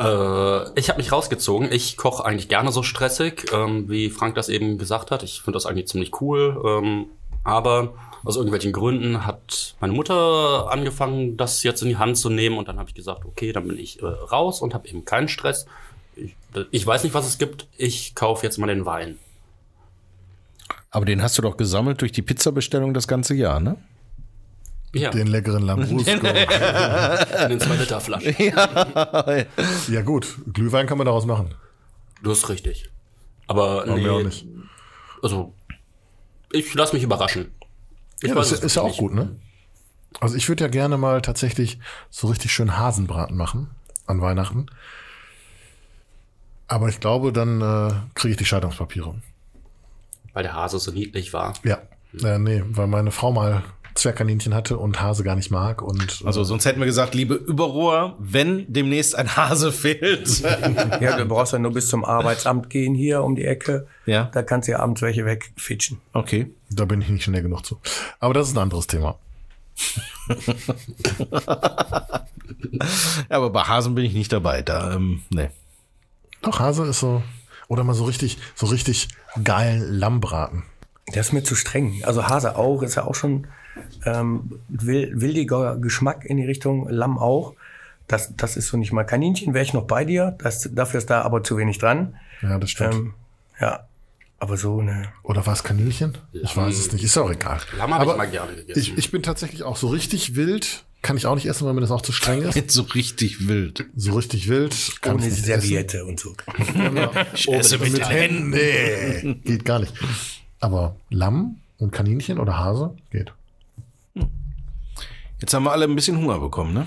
S3: Äh, ich habe mich rausgezogen. Ich koche eigentlich gerne so stressig, ähm, wie Frank das eben gesagt hat. Ich finde das eigentlich ziemlich cool. Ähm, aber aus irgendwelchen Gründen hat meine Mutter angefangen, das jetzt in die Hand zu nehmen. Und dann habe ich gesagt, okay, dann bin ich äh, raus und habe eben keinen Stress. Ich, äh, ich weiß nicht, was es gibt. Ich kaufe jetzt mal den Wein.
S5: Aber den hast du doch gesammelt durch die Pizzabestellung das ganze Jahr, ne?
S3: Ja,
S1: Den leckeren Lambrusco.
S3: in den 2 Liter Flaschen.
S1: ja gut, Glühwein kann man daraus machen.
S3: Das ist richtig. Aber
S1: Warum
S3: nee,
S1: ja auch nicht.
S3: also ich lasse mich überraschen. Ich
S1: Ja,
S3: weiß
S1: das
S3: es
S1: ist, ist ja auch
S3: nicht.
S1: gut, ne? Also ich würde ja gerne mal tatsächlich so richtig schön Hasenbraten machen an Weihnachten. Aber ich glaube, dann äh, kriege ich die Scheidungspapiere.
S3: Weil der Hase so niedlich war.
S1: Ja. Äh, nee, weil meine Frau mal Zwergkaninchen hatte und Hase gar nicht mag. Und,
S5: Also sonst hätten wir gesagt, liebe Überrohr, wenn demnächst ein Hase fehlt.
S2: Ja, du brauchst ja nur bis zum Arbeitsamt gehen hier um die Ecke.
S5: Ja.
S2: Da kannst du ja abends welche wegfitschen.
S5: Okay.
S1: Da bin ich nicht schnell genug zu. Aber das ist ein anderes Thema.
S5: Ja, aber bei Hasen bin ich nicht dabei. Da, ähm, nee.
S1: Doch, Hase ist so. Oder mal so richtig, so richtig geilen Lammbraten.
S2: Das ist mir zu streng. Also Hase auch, ist ja auch schon ähm, wil- wildiger Geschmack in die Richtung Lamm auch. Das, das ist so nicht mal. Kaninchen wäre ich noch bei dir. Das, dafür ist da aber zu wenig dran.
S1: Ja, das stimmt.
S2: Ähm, ja, aber so, ne.
S1: Oder war es Kanülchen? Ich weiß es nicht. Ist ja auch egal.
S3: Lamm hab ich
S1: Aber
S3: mal gerne gegessen.
S1: Ich, ich bin tatsächlich auch so richtig wild. Kann ich auch nicht essen, weil mir das auch zu streng ist.
S5: Jetzt so richtig wild.
S1: So richtig wild. Kann ich
S2: Ohne
S1: nicht
S2: Serviette und so.
S5: Ich esse mit,
S1: essen. Händen. Nee, geht gar nicht. Aber Lamm und Kaninchen oder Hase geht.
S5: Jetzt haben wir alle ein bisschen Hunger bekommen, ne?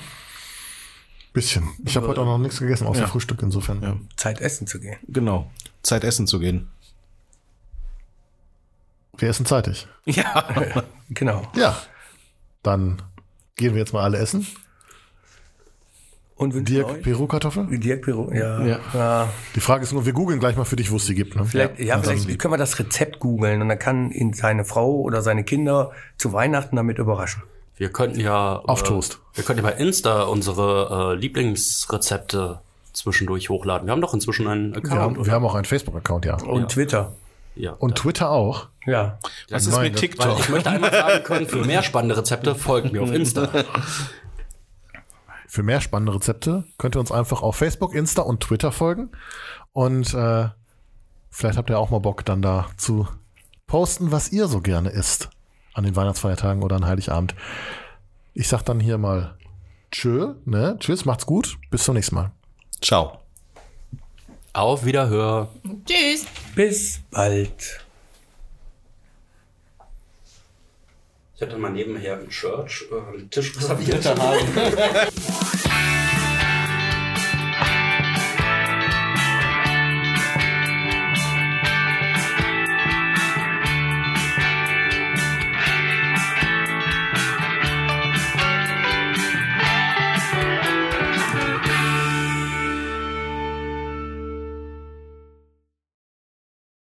S1: Bisschen. Ich habe heute auch noch nichts gegessen, außer Frühstück insofern.
S2: Zeit essen zu gehen.
S5: Genau. Zeit essen zu gehen.
S1: Wir essen zeitig.
S2: Genau.
S1: Ja. Dann gehen wir jetzt mal alle essen.
S2: Und wünschen
S1: Dirk,
S2: euch.
S1: Peru-Kartoffel.
S2: Dirk Peru, ja.
S5: Ja.
S2: ja.
S1: Die Frage ist nur, wir googeln gleich mal für dich, wo es die gibt. Ne?
S2: Vielleicht, ja, vielleicht können wir das Rezept googeln und dann kann ihn seine Frau oder seine Kinder zu Weihnachten damit überraschen.
S3: Wir könnten ja. äh,
S1: Auf Toast.
S3: Wir könnten ja bei Insta unsere äh, Lieblingsrezepte zwischendurch hochladen. Wir haben doch inzwischen einen
S1: Wir
S3: Account.
S1: haben, wir haben auch einen Facebook-Account, ja.
S2: Und Twitter.
S3: ja,
S1: Und Twitter auch.
S2: Ja.
S5: Was ist
S1: Nein,
S5: mit
S1: das-
S3: Weil ich
S5: TikTok?
S3: möchte einmal sagen können, für mehr spannende Rezepte folgt mir auf Insta.
S1: Für mehr spannende Rezepte könnt ihr uns einfach auf Facebook, Insta und Twitter folgen. Und äh, vielleicht habt ihr auch mal Bock, dann da zu posten, was ihr so gerne isst. An den Weihnachtsfeiertagen oder an Heiligabend. Ich sag dann hier mal Tschö, ne? Tschüss, macht's gut. Bis zum nächsten Mal.
S4: Ciao.
S3: Auf Wiederhör.
S6: Tschüss.
S2: Bis bald.
S3: Ich hatte mal nebenher im Church äh, einen Tisch reserviert.